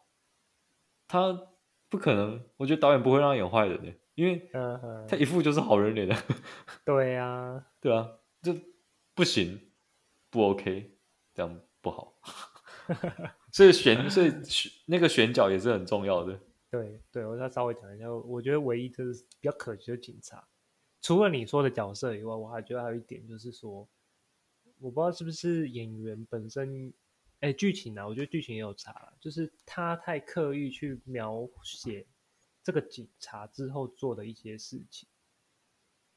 Speaker 3: 他不可能，我觉得导演不会让他演坏人的，因为
Speaker 1: 嗯哼
Speaker 3: 他，一副就是好人脸的，
Speaker 1: 对呀，
Speaker 3: 对啊，这不行，不 OK，这样 不好。所以选，所以选那个选角也是很重要的。
Speaker 1: 对对，我再稍微讲一下，我觉得唯一就是比较可惜的警察，除了你说的角色以外，我还觉得还有一点就是说，我不知道是不是演员本身，哎，剧情啊，我觉得剧情也有差啦，就是他太刻意去描写这个警察之后做的一些事情，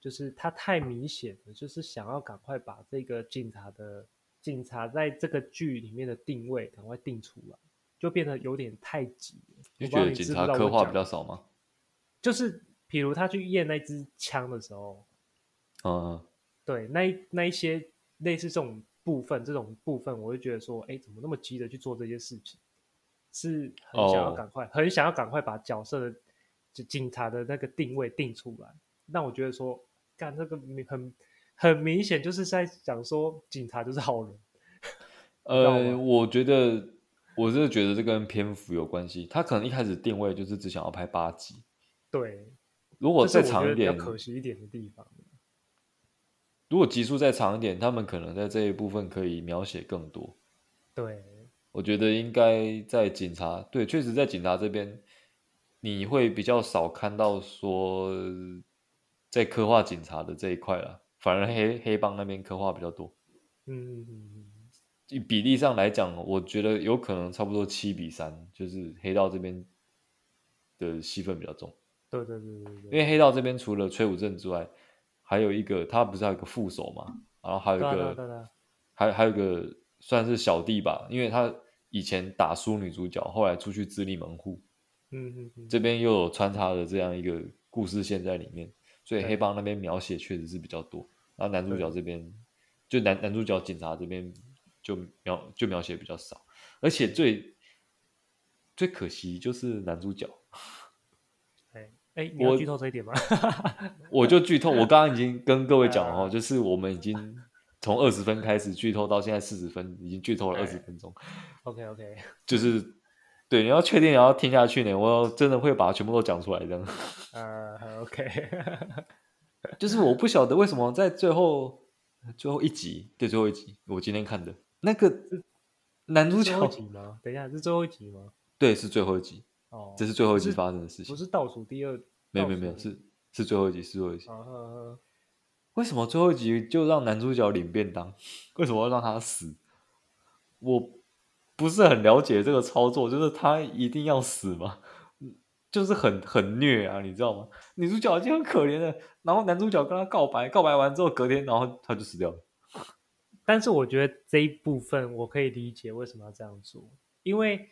Speaker 1: 就是他太明显了，就是想要赶快把这个警察的警察在这个剧里面的定位赶快定出来。就变得有点太急了，
Speaker 3: 你
Speaker 1: 我不知道
Speaker 3: 觉得
Speaker 1: 你知不
Speaker 3: 警察
Speaker 1: 知道
Speaker 3: 刻
Speaker 1: 我
Speaker 3: 画
Speaker 1: 讲
Speaker 3: 比较少吗？
Speaker 1: 就是比如他去验那支枪的时候，
Speaker 3: 嗯，
Speaker 1: 对那一那一些类似这种部分，这种部分，我就觉得说，哎，怎么那么急着去做这些事情？是很想要
Speaker 3: 哦
Speaker 1: 赶快很想要赶快把角色的警警察的那个定位定出来。那我觉得说，干这个明很很明显就是在讲说，警察就是好人。道
Speaker 3: 呃，
Speaker 1: 吗
Speaker 3: 我觉得我真的觉得这跟篇幅有关系。他可能一开始定位就是只想要拍八集，
Speaker 1: 对，
Speaker 3: 如果
Speaker 1: 这是
Speaker 3: 再
Speaker 1: 我觉
Speaker 3: 长
Speaker 1: 得
Speaker 3: 一
Speaker 1: 比较
Speaker 3: 点，
Speaker 1: 可惜一点的地方。
Speaker 3: 如果集数再长一点，他们可能在这一部分可以描写更多。
Speaker 1: 对，
Speaker 3: 我觉得应该在警察对，确实在警察这边，你会比较少看到说在刻画警察的这一块了，反而黑黑帮那边刻画比较多。
Speaker 1: 嗯嗯嗯嗯，
Speaker 3: 以比例上来讲，我觉得有可能差不多七比三，就是黑道这边的戏份比较重。
Speaker 1: 对对对对
Speaker 3: 因
Speaker 1: 对，
Speaker 3: 为黑道这边除了崔武正之外，还有一个他不是还有一个副手嘛，然后还有一
Speaker 1: 对啊对啊对啊
Speaker 3: 个，
Speaker 1: 对啊
Speaker 3: 还还有一个算是小弟吧，因为他以前打输女主角，后来出去自立门户，
Speaker 1: 嗯嗯嗯，
Speaker 3: 这边又有穿插的这样一个故事线在里面，所以
Speaker 1: 对
Speaker 3: 黑帮那边描写确实是比较多，然后男主角这边就男男主角警察这边就描就描写比较少，而且最最可惜就是男主角，
Speaker 1: 哎哎，你要
Speaker 3: 我
Speaker 1: 剧透这一点 吗？
Speaker 3: 我就剧透，我刚刚已经跟各位讲了
Speaker 1: 啊
Speaker 3: 哦，就是我们已经从二十分开始剧透到现在四十分，已经剧透了
Speaker 1: 哎
Speaker 3: 二十分钟，
Speaker 1: OK OK，
Speaker 3: 就是对，你要确定你要听下去呢，我真的会把它全部都讲出来这样。
Speaker 1: 呃好，OK，
Speaker 3: 就是我不晓得为什么在最后最后一集，对，最后一集，我今天看的那个男主
Speaker 1: 最后一
Speaker 3: 角，
Speaker 1: 集吗？ 等一下，是最后一集吗？
Speaker 3: 对，是最后一集，
Speaker 1: 哦，
Speaker 3: 这是最后一集
Speaker 1: 不是
Speaker 3: 发生的事情
Speaker 1: 不，是倒数第二？
Speaker 3: 没有没有没有，
Speaker 1: 倒数
Speaker 3: 是是最后一集，是最后一集。
Speaker 1: 啊呵呵
Speaker 3: 为什么最后一集就让男主角领便当？为什么要让他死？我不是很了解这个操作，就是他一定要死吗？嗯就是很很虐啊，你知道吗？女主角已经很可怜了，然后男主角跟她告白，告白完之后隔天，然后他就死掉了。
Speaker 1: 但是我觉得这一部分我可以理解为什么要这样做，因为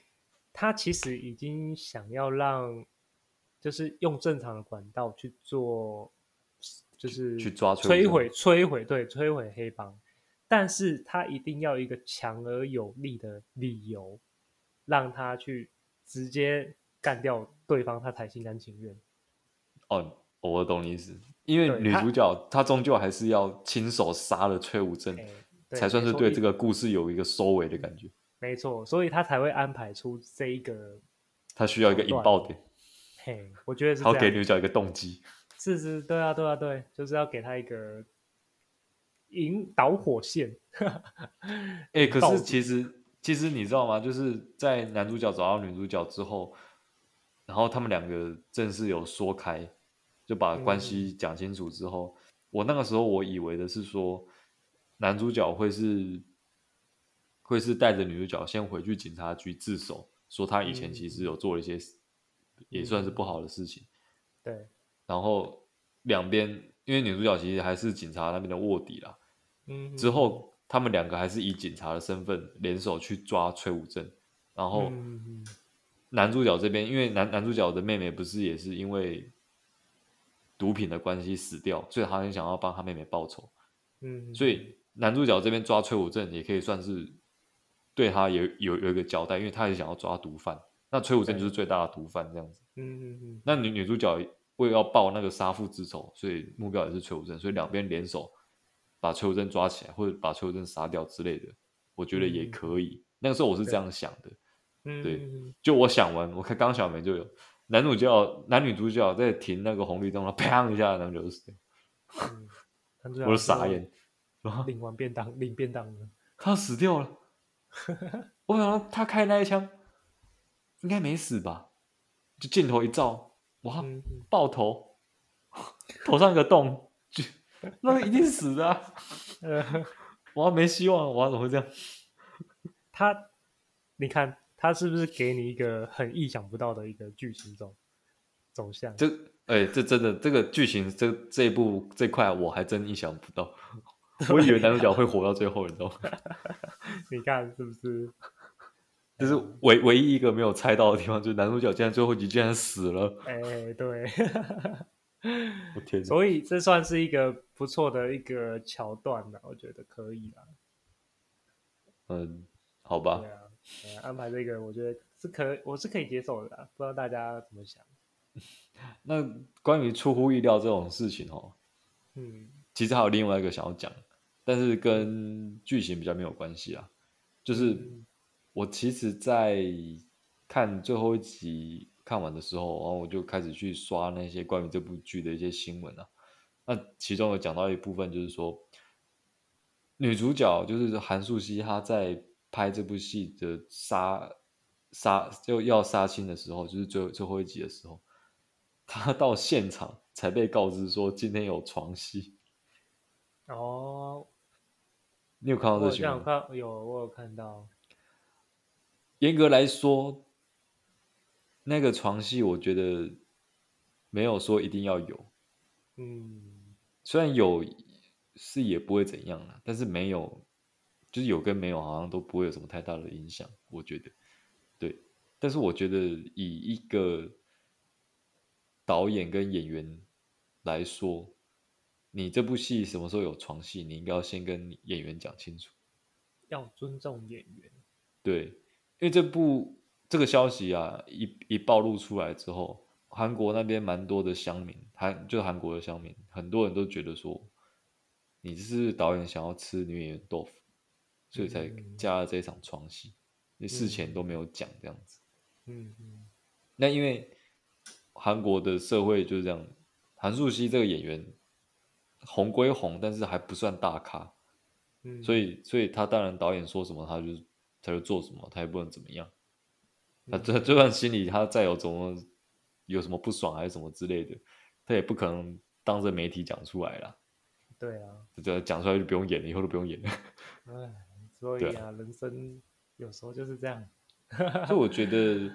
Speaker 1: 他其实已经想要让，就是用正常的管道去做，就是
Speaker 3: 去抓崔
Speaker 1: 摧
Speaker 3: 武
Speaker 1: 毁、摧毁，对，摧毁黑帮，但是他一定要一个强而有力的理由，让他去直接干掉对方，他才心甘情愿。
Speaker 3: 哦，我懂你意思，因为
Speaker 1: 对
Speaker 3: 女
Speaker 1: 他
Speaker 3: 主角她终究还是要亲手杀了崔武正
Speaker 1: 哎，
Speaker 3: 才算是
Speaker 1: 没错
Speaker 3: 对
Speaker 1: 一
Speaker 3: 这个故事有一个收尾的感觉。
Speaker 1: 没错，所以他才会安排出这一个。
Speaker 3: 她需要一个
Speaker 1: 手
Speaker 3: 引
Speaker 1: 段
Speaker 3: 爆点，
Speaker 1: 嘿，我觉得是这
Speaker 3: 好
Speaker 1: 样。
Speaker 3: 给女主角一个动机。
Speaker 1: 是是，对啊，对啊，对，就是要给他一个引导火线。
Speaker 3: 哎、可
Speaker 1: 到
Speaker 3: 是
Speaker 1: 底
Speaker 3: 其实其实你知道吗？就是在男主角找到女主角之后，然后他们两个正式有说开，就把关系讲清楚之后，我那个时候我以为的是说，男主角会是会是带着女主角先回去警察局自首，说他以前其实有做了一些、也算是不好的事情，
Speaker 1: 对，
Speaker 3: 然后两边因为女主角其实还是警察那边的卧底啦，
Speaker 1: 嗯，
Speaker 3: 之后，他们两个还是以警察的身份联手去抓崔武正，然后
Speaker 1: 嗯，嗯
Speaker 3: 男主角这边，因为男男主角的妹妹不是也是因为毒品的关系死掉，所以他很想要帮他妹妹报仇，
Speaker 1: 嗯，嗯
Speaker 3: 所以男主角这边抓崔武正也可以算是对他有有有一个交代，因为他也想要抓毒贩，那崔武正就是最大的毒贩这样子。
Speaker 1: 嗯嗯嗯，
Speaker 3: 那女女主角为了要报那个杀父之仇，所以目标也是崔武正，所以两边联手把崔武正抓起来，或者把崔武正杀掉之类的，我觉得也可以。那个时候我是这样想的，
Speaker 1: 嗯，
Speaker 3: 对
Speaker 1: 嗯
Speaker 3: 就我想完，我看刚想完没就有男主角、男女主角在停那个红绿灯了，砰一下，男主角就死掉，
Speaker 1: 嗯男主角
Speaker 3: 我就傻
Speaker 1: 是
Speaker 3: 眼，啊，
Speaker 1: 领完便当，领便当了。
Speaker 3: 他死掉了，我想到他开那一枪应该没死吧？就镜头一照，哇，
Speaker 1: 嗯，嗯
Speaker 3: 爆头， 头上有个洞， 就那个一定死的、啊，
Speaker 1: 呃，
Speaker 3: 哇，没希望了，哇，怎么会这样？
Speaker 1: 他，你看他是不是给你一个很意想不到的一个剧情走走向？
Speaker 3: 这哎、这真的这个剧情这这一部这块我还真意想不 到，我以为男主角会活到最后，你知道吗？
Speaker 1: 你看是不是？
Speaker 3: 就是唯唯一一个没有猜到的地方，就是男主角竟然最后一集竟然死了，
Speaker 1: 哎、对，
Speaker 3: 我天哪！
Speaker 1: 所以这算是一个不错的一个桥段吧，我觉得可以啦。
Speaker 3: 嗯，好吧
Speaker 1: 对，啊，对啊安排这个我觉得是可我是可以接受的啦，不知道大家怎么想？
Speaker 3: 那关于出乎意料这种事情哦，
Speaker 1: 嗯
Speaker 3: 其实还有另外一个想要讲，但是跟剧情比较没有关系啊。就是
Speaker 1: 嗯
Speaker 3: 我其实，在看最后一集看完的时候，然后我就开始去刷那些关于这部剧的一些新闻啊。那其中有讲到一部分，就是说女主角就是韩素汐，她在拍这部戏的杀杀就要杀青的时候，就是最后最后一集的时候，她到现场才被告知说今天有床戏。
Speaker 1: 哦，
Speaker 3: 你有看到
Speaker 1: 我
Speaker 3: 这
Speaker 1: 有
Speaker 3: 新闻吗？
Speaker 1: 看有我有看到，
Speaker 3: 严格来说，那个床戏我觉得没有说一定要有，
Speaker 1: 嗯
Speaker 3: 虽然有是也不会怎样啦，但是没有就是有跟没有好像都不会有什么太大的影响，我觉得对。但是我觉得以一个导演跟演员来说，你这部戏什么时候有床戏，你应该要先跟演员讲清楚。
Speaker 1: 要尊重演员，
Speaker 3: 对，因为这部这个消息啊，一一暴露出来之后，韩国那边蛮多的乡民，韩就是韩国的乡民，很多人都觉得说，你这是导演想要吃女演员豆腐，所以才
Speaker 1: 嗯
Speaker 3: 加了这一场床戏，你事前都没有讲这样子。
Speaker 1: 嗯嗯
Speaker 3: 那因为韩国的社会就是这样，韩素汐这个演员红归红，但是还不算大咖，
Speaker 1: 嗯，
Speaker 3: 所以，所以他当然导演说什么，他就他就做什么，他也不能怎么样。他
Speaker 1: 嗯
Speaker 3: 就就算心里他再有怎么有什么不爽还是什么之类的，他也不可能当着媒体讲出来啦。
Speaker 1: 对啊，
Speaker 3: 这讲出来就不用演了，以后都不用演了。
Speaker 1: 哎，所
Speaker 3: 对
Speaker 1: 以啊，人生有时候就是这样，
Speaker 3: 所以我觉得，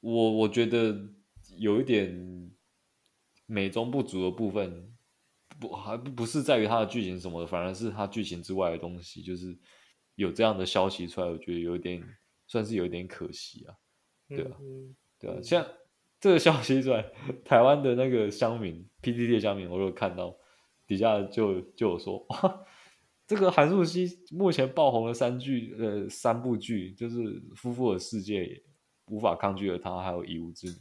Speaker 3: 我我觉得有一点美中不足的部分，不还不不是在于它的剧情什么的，反而是它剧情之外的东西，就是有这样的消息出来，我觉得有一点算是有一点可惜啊。对啊
Speaker 1: 嗯，
Speaker 3: 对啊，
Speaker 1: 嗯
Speaker 3: 像这个消息一出来，台湾的那个乡民 PDD 的乡民，我有看到底下就就有说，哇，这个韩素汐目前爆红的三剧呃三部剧，就是《夫妇的世界》、《无法抗拒的他》还有《以无之名》，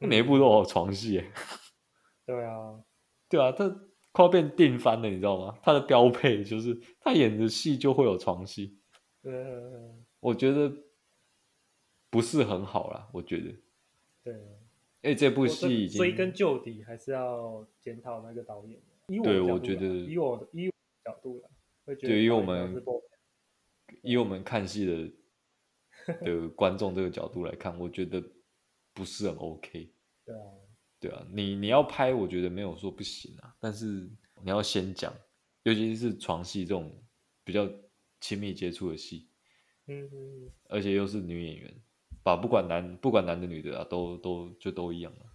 Speaker 3: 那每一部都
Speaker 1: 嗯
Speaker 3: 有床戏耶，
Speaker 1: 对啊，
Speaker 3: 对啊，这快要变定番了，你知道吗？他的标配就是他演的戏就会有床戏，
Speaker 1: 呃，
Speaker 3: 我觉得不是很好啦，我觉得，
Speaker 1: 对啊。
Speaker 3: 因为这部
Speaker 1: 我
Speaker 3: 戏已经
Speaker 1: 追根究底，还是要检讨那个导演。以我的
Speaker 3: 对
Speaker 1: 角
Speaker 3: 我
Speaker 1: 度
Speaker 3: 觉
Speaker 1: 啦
Speaker 3: 得
Speaker 1: 以我的以我的角度来，会觉得
Speaker 3: 对因为
Speaker 1: 导演
Speaker 3: 我们
Speaker 1: 当时不
Speaker 3: 以我们看戏的的观众这个角度来看，我觉得不是很 OK。
Speaker 1: 对啊，
Speaker 3: 对啊，你你要拍，我觉得没有说不行啊，但是你要先讲，尤其是床戏这种比较亲密接触的戏，
Speaker 1: 嗯嗯
Speaker 3: 而且又是女演员，把不管男不管男的女的啊，都都就都一样了、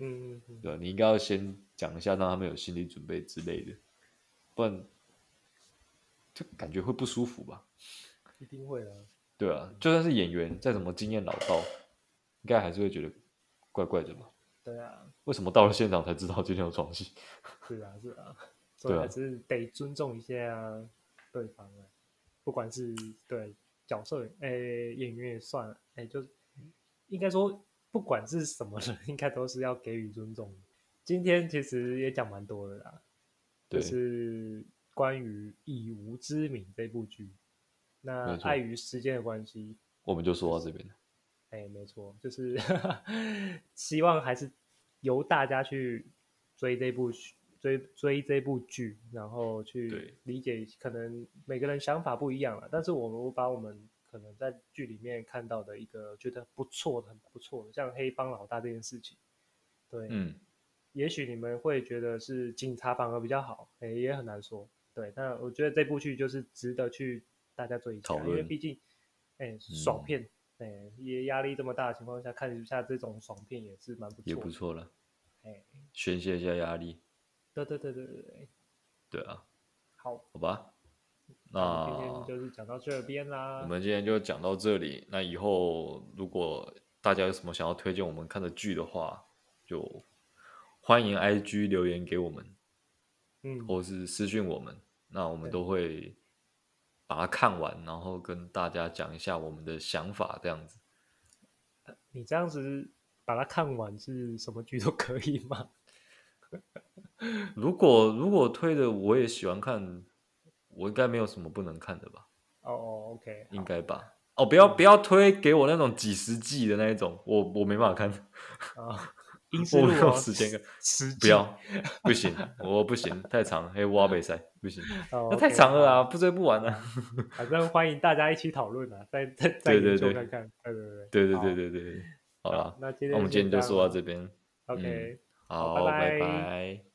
Speaker 1: 嗯嗯嗯，
Speaker 3: 对吧、啊你应该要先讲一下，让他们有心理准备之类的，不然就感觉会不舒服吧。
Speaker 1: 一定会的啊。
Speaker 3: 对啊，就算是演员，再怎么经验老道，应该还是会觉得怪怪的吧？
Speaker 1: 对啊，
Speaker 3: 为什么到了现场才知道今天有床戏？
Speaker 1: 是啊是 啊，所以
Speaker 3: 对啊
Speaker 1: 还是得尊重一下对方啊，不管是对角色，诶、演员也算了，诶、就应该说，不管是什么人，应该都是要给予尊重的。今天其实也讲蛮多的啦，
Speaker 3: 对，
Speaker 1: 就是关于《以无之名》这部剧。那
Speaker 3: 没错
Speaker 1: 碍于时间的关系，
Speaker 3: 我们就说到这边了。
Speaker 1: 哎，没错，就是 希望还是由大家去追这部剧追追这部剧，然后去
Speaker 3: 对
Speaker 1: 理解，可能每个人想法不一样了。但是我们我把我们可能在剧里面看到的一个觉得不错的、很不错的，像黑帮老大这件事情，对，
Speaker 3: 嗯，
Speaker 1: 也许你们会觉得是警察反而比较好，哎，也很难说。对，那我觉得这部剧就是值得去大家追一下
Speaker 3: 讨，论嗯
Speaker 1: 因为毕竟，哎，爽片，哎、也压力这么大的情况下，看一下这种爽片也是蛮不错的，
Speaker 3: 也不错了，
Speaker 1: 哎，
Speaker 3: 宣泄一下压力，
Speaker 1: 对对对对对对，
Speaker 3: 对啊，
Speaker 1: 好，
Speaker 3: 好吧，
Speaker 1: 那
Speaker 3: 那
Speaker 1: 今天就是讲到这边啦
Speaker 3: 啊我。们今天就讲到这里。那以后如果大家有什么想要推荐我们看的剧的话，就欢迎 IG 留言给我们，
Speaker 1: 嗯，
Speaker 3: 或是私讯我们，那我们
Speaker 1: 对
Speaker 3: 都会把它看完，然后跟大家讲一下我们的想法，这样子。
Speaker 1: 你这样子把它看完是什么剧都可以吗？ 嗯
Speaker 3: 如果如果推的我也喜欢看，我应该没有什么不能看的吧？
Speaker 1: 哦哦，OK，
Speaker 3: 应该吧？哦，不要
Speaker 1: 嗯
Speaker 3: 不要推给我那种几十季的那一种，我我没办法看，
Speaker 1: 啊，英式
Speaker 3: 我
Speaker 1: 路
Speaker 3: 没有
Speaker 1: 哦
Speaker 3: 时 间看。
Speaker 1: 十
Speaker 3: 不要，不行，我不行，太长，黑挖北塞 不行，
Speaker 1: 那
Speaker 3: 那太长了啊，不追不完啊。
Speaker 1: 反正欢迎大家一起讨论啊，再再再
Speaker 3: 对对
Speaker 1: 研究
Speaker 3: 对
Speaker 1: 看看。对对对
Speaker 3: 对对
Speaker 1: 好
Speaker 3: 对对对，对好了，
Speaker 1: 那今天
Speaker 3: 那我们今天就
Speaker 1: 样
Speaker 3: 说到
Speaker 1: 了
Speaker 3: 这边，嗯
Speaker 1: ，OK，拜
Speaker 3: 好，
Speaker 1: 拜
Speaker 3: 拜拜。